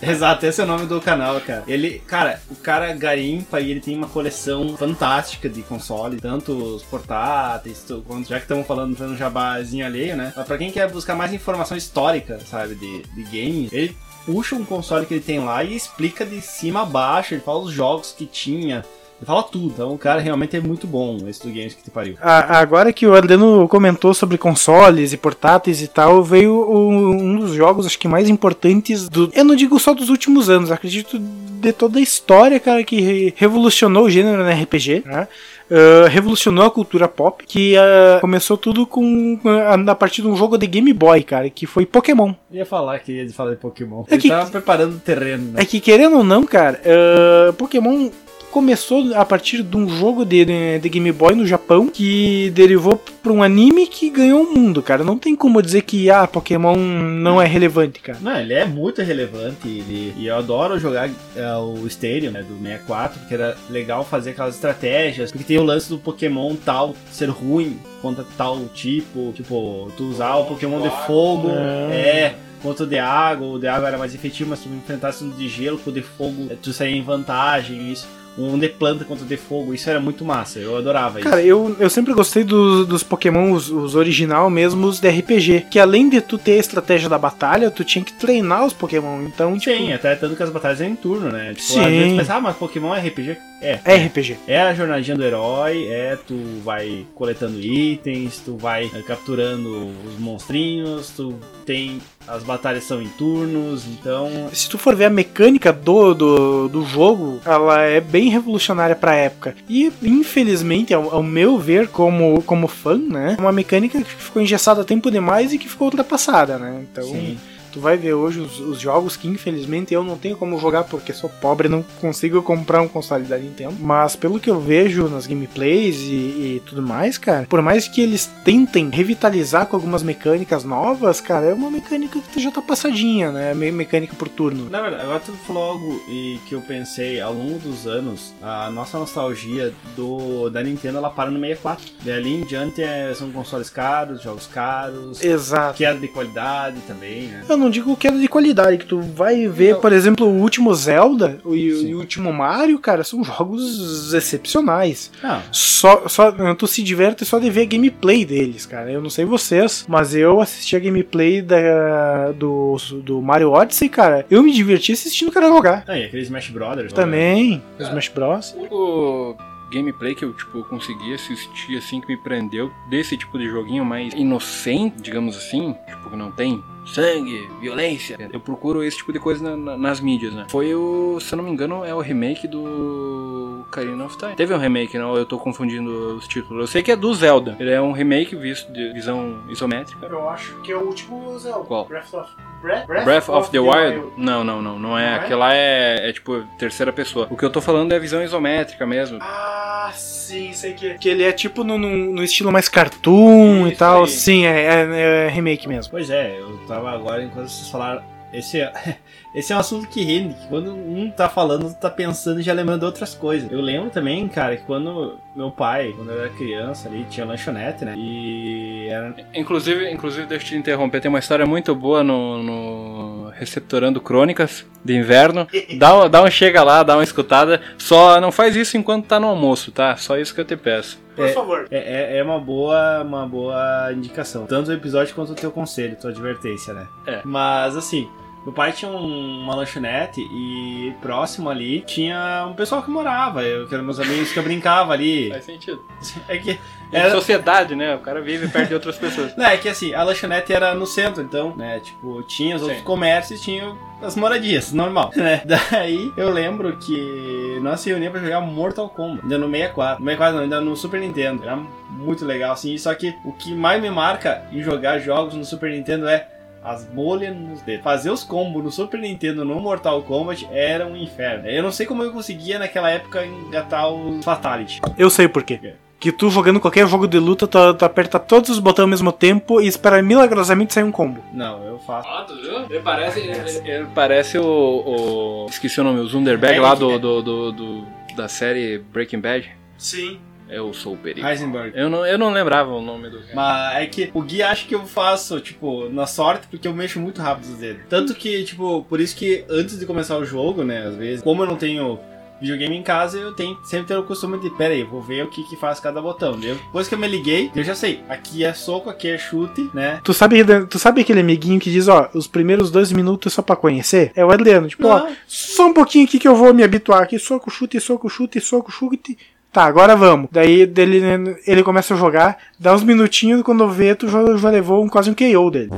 Speaker 1: Exato, esse é o nome do canal, cara. Ele, cara, o cara garimpa e ele tem uma coleção fantástica de console, tanto os portáteis, tu- quanto- já que estamos falando de um jabazinho alheio, né? Mas pra quem quer buscar mais informação histórica, sabe, de, de games, ele puxa um console que ele tem lá e explica de cima a baixo, ele fala os jogos que tinha, ele fala tudo. Então o cara realmente é muito bom, esse do Games que te pariu.
Speaker 2: A- Agora que o Adriano comentou sobre consoles e portáteis e tal, veio o- um dos jogos, acho que mais importantes do. Eu não digo só dos últimos anos, acredito de toda a história, cara, que re- revolucionou o gênero na RPG, né? Ah, revolucionou a cultura pop, que ah, começou tudo com ah, a partir de um jogo de Game Boy, cara, que foi Pokémon.
Speaker 1: Eu ia falar que ia falar de Pokémon.
Speaker 2: É
Speaker 1: Ele
Speaker 2: que-
Speaker 1: tava preparando o terreno, né?
Speaker 2: É que querendo ou não, cara, eh, Pokémon começou a partir de um jogo de, de- de Game Boy no Japão que derivou para um anime que ganhou o mundo, cara. Não tem como dizer que ah, Pokémon não é relevante, cara.
Speaker 1: Não, ele é muito relevante ele- e eu adoro jogar é, o Stadium né, do 64, porque era legal fazer aquelas estratégias, porque tem o lance do Pokémon tal ser ruim contra tal tipo, tipo, tu usar o Pokémon de fogo,
Speaker 2: Ah.
Speaker 1: é, contra o de água, o de água era mais efetivo, mas tu enfrentasse um de gelo com o de fogo, é, tu saía em vantagem, isso. Um de planta contra o de fogo, isso era muito massa, eu adorava isso.
Speaker 2: Cara, eu, eu sempre gostei dos, dos Pokémon, os, os original mesmo, os de RPG. Que além de tu ter a estratégia da batalha, tu tinha que treinar os Pokémon. Então, tipo,
Speaker 1: Sim, é. até tanto que as batalhas eram em turno, né? Tipo, às
Speaker 2: Sim.
Speaker 1: vezes tu pensa, ah, mas Pokémon é RPG? É.
Speaker 2: é RPG.
Speaker 1: É a jornadinha do herói, é tu vai coletando itens, tu vai eh, capturando os monstrinhos, tu tem. As batalhas são em turnos, então.
Speaker 2: Se tu for ver a mecânica do, do, do jogo, ela é bem revolucionária pra época. E, infelizmente, ao, ao meu ver, como, como fã, né? é Uma mecânica que ficou engessada tempo demais e que ficou ultrapassada, né? Então,
Speaker 1: Sim.
Speaker 2: tu vai ver hoje os, os jogos que, infelizmente, eu não tenho como jogar porque sou pobre não consigo comprar um console da Nintendo. Mas, pelo que eu vejo nas gameplays e, e tudo mais, cara, por mais que eles tentem revitalizar com algumas mecânicas novas, cara, é uma mecânica que já tá passadinha, né? Meio mecânica por turno.
Speaker 1: Na verdade, agora tu falou algo e que eu pensei ao longo dos anos, a nossa nostalgia do da Nintendo ela para no 64. E ali em diante é- são consoles caros, jogos caros,
Speaker 2: Exato.
Speaker 1: queda de qualidade também, né?
Speaker 2: Eu não digo queda de qualidade, que tu vai ver, por exemplo, o último Zelda o- e o,
Speaker 1: Sim.
Speaker 2: e o último Mario, cara, são jogos excepcionais.
Speaker 1: Não,
Speaker 2: Só, só tu se diverte só de ver a gameplay deles, cara. Eu não sei vocês, mas eu assisti a gameplay da, do, do Mario Odyssey, cara. Eu me diverti assistindo o cara jogar.
Speaker 1: Ah, e aquele Smash Brothers.
Speaker 2: Também,
Speaker 3: É.
Speaker 2: Smash Bros.
Speaker 3: O único gameplay que eu tipo, consegui assistir, assim, que me prendeu desse tipo de joguinho mais inocente, digamos assim, tipo, que não tem sangue, violência. Eu procuro esse tipo de coisa na- na- nas mídias, né? Foi o, se eu não me engano, é o remake do Ocarina of Time. Teve um remake, não? Eu tô confundindo os títulos. Eu sei que é do Zelda. Ele é um remake visto de visão isométrica.
Speaker 4: Eu acho que é o último Zelda.
Speaker 3: Qual?
Speaker 4: Breath of, Breath,
Speaker 3: Breath of the Wild? Não, não, não, não é.
Speaker 4: Não é?
Speaker 3: Aquela é, é tipo terceira pessoa. O que eu tô falando é a visão isométrica mesmo.
Speaker 4: Ah, sim, sei que é.
Speaker 2: Que ele é tipo no, no- no estilo mais cartoon e
Speaker 4: Isso
Speaker 2: tal.
Speaker 4: aí.
Speaker 2: Sim, é- é- é remake mesmo.
Speaker 1: Pois é, eu tava agora enquanto vocês falaram. Esse é, esse é um assunto que rende, que quando um tá falando, outro tá pensando e já lembrando outras coisas. Eu lembro também, cara, que quando meu pai, quando eu era criança ali, tinha lanchonete, né? E era.
Speaker 3: Inclusive, inclusive, deixa eu te interromper, tem uma história muito boa no, no Receptorando Crônicas de Inverno. Dá, um- dá um chega lá, dá uma escutada. Só não faz isso enquanto tá no almoço, tá? Só isso que eu te peço.
Speaker 4: Por
Speaker 1: É.
Speaker 4: favor.
Speaker 1: É, é- é uma boa uma boa indicação. Tanto o episódio quanto o teu conselho, tua advertência, né?
Speaker 3: É.
Speaker 1: Mas assim, Meu pai tinha um- uma lanchonete e próximo ali tinha um pessoal que morava, eu, que eram meus amigos que eu brincava ali.
Speaker 3: Faz sentido.
Speaker 1: É que,
Speaker 3: É
Speaker 1: era-
Speaker 3: sociedade, né? O cara vive perto de outras pessoas.
Speaker 1: não, é que assim, a lanchonete era no centro, então, né? Tipo, tinha os outros
Speaker 3: Sim.
Speaker 1: comércios, tinha as moradias, normal, né? Daí eu lembro que nós se reuníamos pra jogar Mortal Kombat, ainda no 64. No 64 não, ainda no Super Nintendo. Era muito legal, assim. Só que o que mais me marca em jogar jogos no Super Nintendo é. As bolhas nos dedos. Fazer os combos no Super Nintendo no Mortal Kombat era um inferno. Eu não sei como eu conseguia naquela época engatar os Fatality.
Speaker 2: Eu sei por
Speaker 1: quê?
Speaker 2: quê. Que tu jogando qualquer jogo de luta, tu, tu aperta todos os botões ao mesmo tempo e espera milagrosamente sair um combo.
Speaker 1: Não, eu faço.
Speaker 5: Ó, tu viu? Ele parece. ele- ele-
Speaker 3: Ele parece o, o- Esqueci o nome, o Zunderberg lá do, do, do- do- da série Breaking Bad.
Speaker 4: Sim.
Speaker 3: Eu sou o perigo.
Speaker 1: Heisenberg.
Speaker 3: Eu não, eu não lembrava o nome do cara.
Speaker 1: Mas é que o Gui acha que eu faço, tipo, na sorte, porque eu mexo muito rápido os dedos. Tanto que, tipo, por isso que antes de começar o jogo, né, às vezes, como eu não tenho videogame em casa, eu tenho sempre tenho o costume de, pera aí, vou ver o que que faz cada botão, né? Depois que eu me liguei, eu já sei, aqui é soco, aqui é chute, né?
Speaker 2: Tu sabe, tu sabe aquele amiguinho que diz, ó, os primeiros dois minutos é só pra conhecer? É o Adriano, tipo, ó,
Speaker 1: Não,
Speaker 2: só um pouquinho aqui que eu vou me habituar aqui, soco, chute, soco, chute, soco, chute. Tá, agora vamos. Daí dele, ele começa a jogar, dá uns minutinhos, quando vê, tu já, já levou um, quase um KO dele.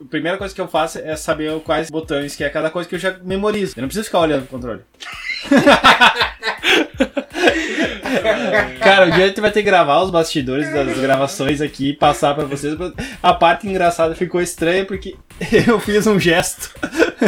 Speaker 1: a primeira coisa que eu faço é saber quais botões que é cada coisa que eu já memorizo. Eu não preciso ficar olhando o controle. Cara, um dia a gente vai ter que gravar os bastidores das gravações aqui e passar pra vocês. A parte engraçada ficou estranha porque eu fiz um gesto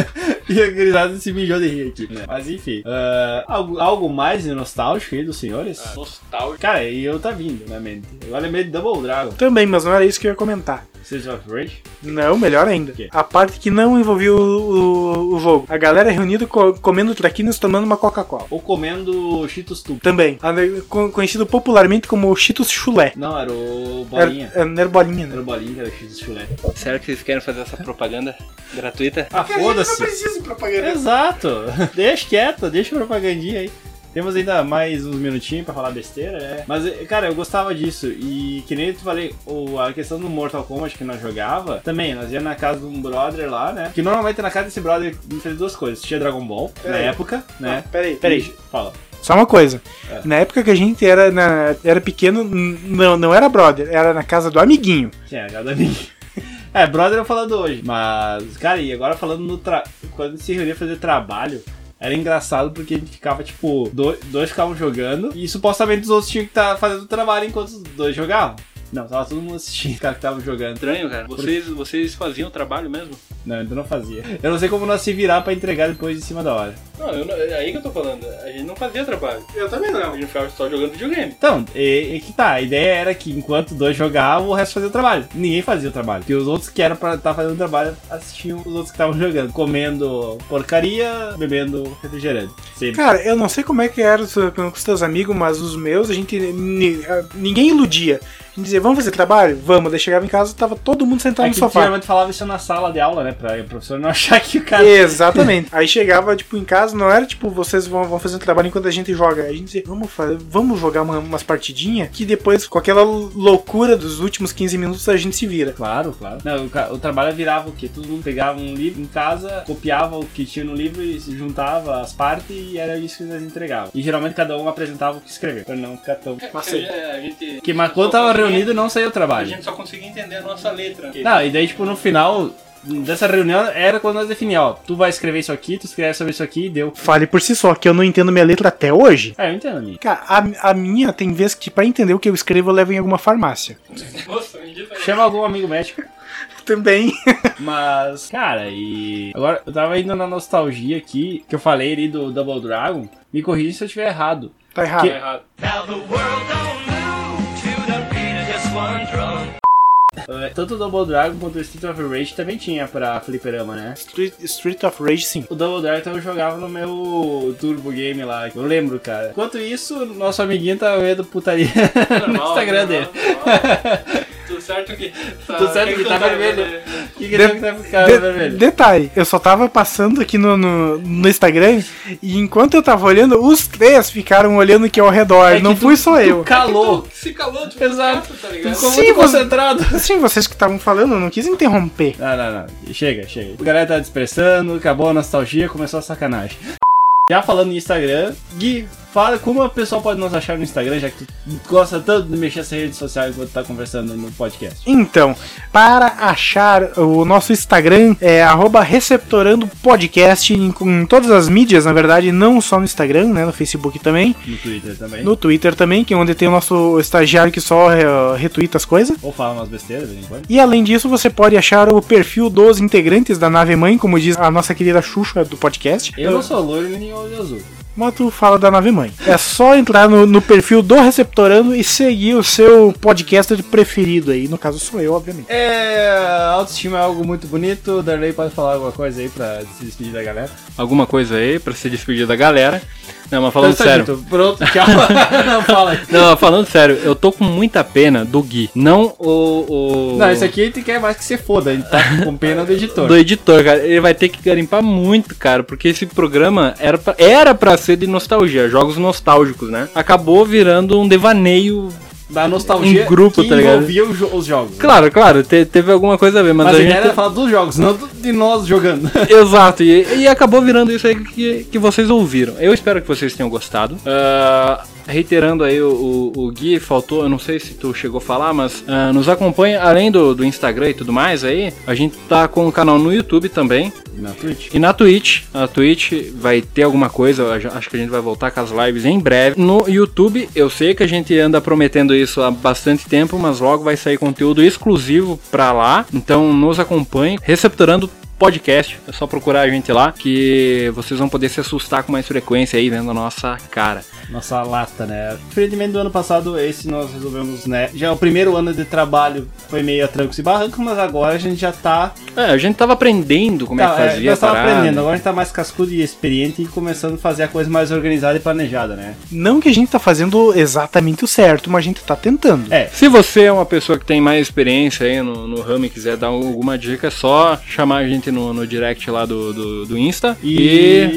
Speaker 1: e a grisada se mijou de rir aqui. Mas enfim, ah, algo, algo mais nostálgico aí dos senhores?
Speaker 5: Nostálgico.
Speaker 1: Cara, e eu tá vindo na mente. Eu lembrei de Double Dragon.
Speaker 2: Também, mas não era isso que eu ia comentar.
Speaker 1: Season of Rage?
Speaker 2: Não, melhor ainda.
Speaker 1: quê?
Speaker 2: A parte que não envolvia o, o- o jogo. A galera reunida co- comendo traquinas tomando uma Coca-Cola.
Speaker 1: Ou comendo Cheetos Tube?
Speaker 2: Também. A- co- Conhecido popularmente como Cheetos Chulé.
Speaker 1: Não, era o Bolinha.
Speaker 2: Era, era bolinha,
Speaker 1: Era
Speaker 2: né?
Speaker 1: o Bolinha que era o Cheetos Chulé.
Speaker 3: Será que vocês querem fazer essa propaganda gratuita?
Speaker 1: Ah,
Speaker 4: Não
Speaker 1: foda-se.
Speaker 4: precisa de propaganda.
Speaker 1: Exato. Deixa quieto, deixa a propagandinha aí. Temos ainda mais uns minutinhos pra falar besteira, né? Mas, eh, cara, eu gostava disso. E que nem eu te falei, o, a questão do Mortal Kombat que nós jogava, também, nós ia na casa de um brother lá, né? Que normalmente na casa desse brother ele fazia duas coisas. Tinha Dragon Ball, na época, né?
Speaker 2: Ah. Peraí,
Speaker 1: E- Fala.
Speaker 2: Só uma coisa.
Speaker 1: É.
Speaker 2: Na época que a gente era, na- era pequeno, n- não, não era brother, era na casa do amiguinho.
Speaker 1: Tinha, cada amigo. É, brother eu falando hoje. Mas, cara, e agora falando no tra... Quando se reunia fazer trabalho, era engraçado porque a gente ficava, tipo, do- dois ficavam jogando e supostamente os outros tinham que estar fazendo o trabalho enquanto os dois jogavam. Não, tava todo mundo assistindo os caras que estavam jogando.
Speaker 3: Estranho, cara. Vocês, vocês faziam o trabalho mesmo?
Speaker 1: Não, então não fazia. Eu não sei como nós se virar pra entregar depois de cima da hora.
Speaker 3: Não, eu não- é aí que eu tô falando. A gente não fazia trabalho.
Speaker 4: Eu também
Speaker 3: A
Speaker 4: não.
Speaker 3: gente ficava só jogando videogame.
Speaker 1: Então, é, é que tá. A ideia era que enquanto dois jogavam, o resto fazia o trabalho. Ninguém fazia o trabalho. Porque os outros que eram pra estar fazendo o trabalho assistiam os outros que estavam jogando, comendo porcaria, bebendo refrigerante. Sempre.
Speaker 2: Cara, eu não sei como é que era os- com os teus amigos, mas os meus, a gente. ni- a- Ninguém iludia. A gente dizia, vamos fazer trabalho? Vamos. Daí chegava em casa, tava todo mundo
Speaker 1: É
Speaker 2: sentado tá no
Speaker 1: que
Speaker 2: sofá.
Speaker 1: geralmente falava isso na sala de aula, né? Pra o professor não achar que o cara.
Speaker 2: Exatamente. Aí chegava, tipo, em casa, não era tipo, vocês vão, vão fazer um trabalho enquanto a gente joga. A gente dizia, vamos, fazer, vamos jogar uma- umas partidinhas que depois, com aquela loucura dos últimos 15 minutos, a gente se vira.
Speaker 1: Claro, claro. Não, o, ca- o trabalho virava o quê? Todo mundo pegava um livro em casa, copiava o que tinha no livro e se juntava as partes e era isso que nós entregava. E geralmente cada um apresentava o que escreveu, pra não ficar tão.
Speaker 2: Passei.
Speaker 3: É, a gente.
Speaker 1: Porque mas quando tava reunido não saiu o
Speaker 3: um A
Speaker 1: trabalho.
Speaker 3: gente só conseguia entender a nossa letra.
Speaker 1: Não, e daí, tipo, no final dessa reunião era quando nós definíamos, ó, tu vai escrever isso aqui, tu escreve sobre isso aqui e deu.
Speaker 2: Fale por si só, que eu não entendo minha letra até hoje.
Speaker 1: É, eu entendo, amigo.
Speaker 2: Cara, a, a minha tem vezes que pra entender o que eu escrevo eu levo em alguma farmácia.
Speaker 3: Nossa, me diz aí.
Speaker 1: Chama algum amigo médico.
Speaker 2: Também.
Speaker 1: Mas, cara, e. Agora, eu tava indo na nostalgia aqui, que eu falei ali do Double Dragon. Me corrija se eu estiver errado.
Speaker 2: Tá errado.
Speaker 1: Que-
Speaker 3: errado.
Speaker 1: Eh, tanto o Double Dragon quanto o Street of Rage também tinha pra fliperama, né?
Speaker 2: Street, Street of Rage, sim.
Speaker 1: O Double Dragon eu jogava no meu Turbo Game lá, eu lembro, cara. tá Enquanto isso, nosso amiguinho tava vendo putaria no Instagram dele.
Speaker 5: normal. Tu certo que tá,
Speaker 1: Tudo certo que tá vermelho.
Speaker 3: né?
Speaker 1: O que, que ele tem
Speaker 2: De-
Speaker 1: que tá ficando
Speaker 2: De-
Speaker 1: vermelho?
Speaker 2: Detalhe, eu só tava passando aqui no, no, no Instagram e enquanto eu tava olhando, os três ficaram olhando aqui ao redor.
Speaker 1: É que
Speaker 2: não
Speaker 1: tu-
Speaker 2: fui só eu.
Speaker 1: Calou.
Speaker 5: Se calou, tipo,
Speaker 1: Exato.
Speaker 5: tá ligado?
Speaker 1: Ficou
Speaker 2: Sim,
Speaker 1: muito
Speaker 2: você-
Speaker 1: concentrado.
Speaker 2: Assim, vocês que estavam falando, eu não quis interromper.
Speaker 1: Não, não, não. Chega, chega. A galera tá dispersando, acabou a nostalgia, começou a sacanagem. Já falando em Instagram, Gui, fala como o pessoal pode nos achar no Instagram, já que tu gosta tanto de mexer essa rede social enquanto tá conversando no podcast.
Speaker 2: Então, para achar o nosso Instagram é arroba receptorando podcast em, em todas as mídias, na verdade, não só no Instagram, né? No Facebook também,
Speaker 1: No Twitter também.
Speaker 2: no Twitter também, que é onde tem o nosso estagiário que só eh, retuita as coisas.
Speaker 1: Ou fala umas besteiras de vez em quando.
Speaker 2: E além disso, você pode achar o perfil dos integrantes da nave mãe, como diz a nossa querida Xuxa do podcast.
Speaker 1: Eu não sou loiro nem olho azul.
Speaker 2: Mas tu fala da nave mãe. É só entrar no, no perfil do Receptorando e seguir o seu podcaster preferido aí. No caso, sou eu, obviamente.
Speaker 1: É. Autoestima é algo muito bonito. Darley pode falar alguma coisa aí pra se despedir da galera.
Speaker 3: Alguma coisa aí pra se despedir da galera. Não, mas falando
Speaker 1: Então tá
Speaker 3: sério.
Speaker 1: dito. Pronto, tchau. não fala aí.
Speaker 3: Não, falando sério, eu tô com muita pena do Gui. Não o. o...
Speaker 1: Não, isso aqui tu quer mais que você foda, a gente tá com pena do editor.
Speaker 3: Do editor, cara. Ele vai ter que garimpar muito, cara, porque esse programa era pra, era pra ser de nostalgia, jogos nostálgicos, né? Acabou virando um devaneio.
Speaker 1: da nostalgia
Speaker 3: Em grupo,
Speaker 1: que
Speaker 3: tá ligado?
Speaker 1: envolvia os, jo- os jogos.
Speaker 3: Claro, claro, te- teve alguma coisa a ver, mas,
Speaker 1: Mas
Speaker 3: a
Speaker 1: a
Speaker 3: gente. tá-
Speaker 1: ideia era falar dos jogos, não do- de nós jogando.
Speaker 3: Exato, e, e acabou virando isso aí que, que vocês ouviram. Eu espero que vocês tenham gostado. Ah, reiterando aí o, o, o Gui, faltou, eu não sei se tu chegou a falar, mas ah, nos acompanha, além do, do Instagram e tudo mais aí, a gente tá com um canal no YouTube também.
Speaker 1: Na Twitch.
Speaker 3: E na Twitch, a Twitch vai ter alguma coisa, eu já- acho que a gente vai voltar com as lives em breve. No YouTube, eu sei que a gente anda prometendo isso há bastante tempo, mas logo vai sair conteúdo exclusivo pra lá. Então nos acompanhe, receptorando podcast, é só procurar a gente lá que vocês vão poder se assustar com mais frequência aí vendo a nossa cara.
Speaker 1: Nossa lata, né? Diferentemente do ano passado, esse nós resolvemos, né? Já o primeiro ano de trabalho foi meio a trancos e barrancos, mas agora a gente já tá.
Speaker 3: É, a gente tava aprendendo como é que
Speaker 1: Tá, é,
Speaker 3: fazia
Speaker 1: nós
Speaker 3: a
Speaker 1: tava
Speaker 3: parada.
Speaker 1: aprendendo, agora a gente tá mais cascudo e experiente e começando a fazer a coisa mais organizada e planejada, né?
Speaker 2: Não que a gente tá fazendo exatamente o certo, mas a gente tá tentando.
Speaker 1: É.
Speaker 3: Se você é uma pessoa que tem mais experiência aí no, no ramo e quiser dar alguma dica, é só chamar a gente no, no direct lá do, do, do Insta. E...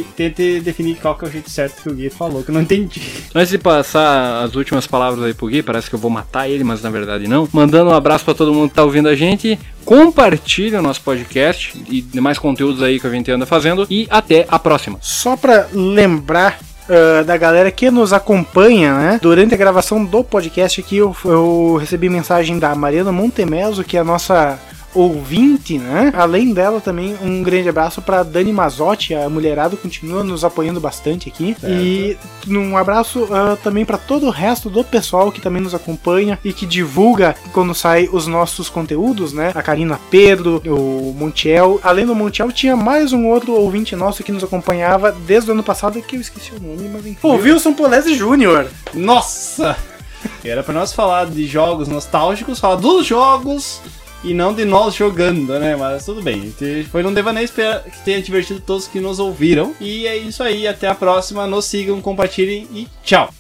Speaker 1: E, tente definir qual que é o jeito certo que o Gui falou, que eu não entendi.
Speaker 3: antes de passar as últimas palavras aí pro Gui, parece que eu vou matar ele, mas na verdade não. Mandando um abraço pra todo mundo que tá ouvindo a gente. Compartilhe o nosso podcast e demais conteúdos aí que a gente anda fazendo. E até a próxima.
Speaker 2: Só pra lembrar. ah, da galera que nos acompanha, né? Durante a gravação do podcast aqui, eu, eu recebi mensagem da Mariana Montemeso, que é a nossa ouvinte, né? Além dela também, um grande abraço pra Dani Mazotti, a mulherada continua nos apoiando bastante aqui. E um abraço ah, também pra todo o resto do pessoal que também nos acompanha e que divulga quando sai os nossos conteúdos, né? A Karina Pedro, o Montiel. Além do Montiel, tinha mais um outro ouvinte nosso que nos acompanhava desde o ano passado, que eu esqueci o nome, mas enfim. O Wilson Polese Júnior.
Speaker 1: Nossa! Era pra nós falar de jogos nostálgicos, falar dos jogos e não de nós jogando, né? Mas tudo bem. a gente- Foi num devaneio, espero que tenha divertido todos que nos ouviram. E é isso aí, até a próxima. Nos sigam, compartilhem e tchau!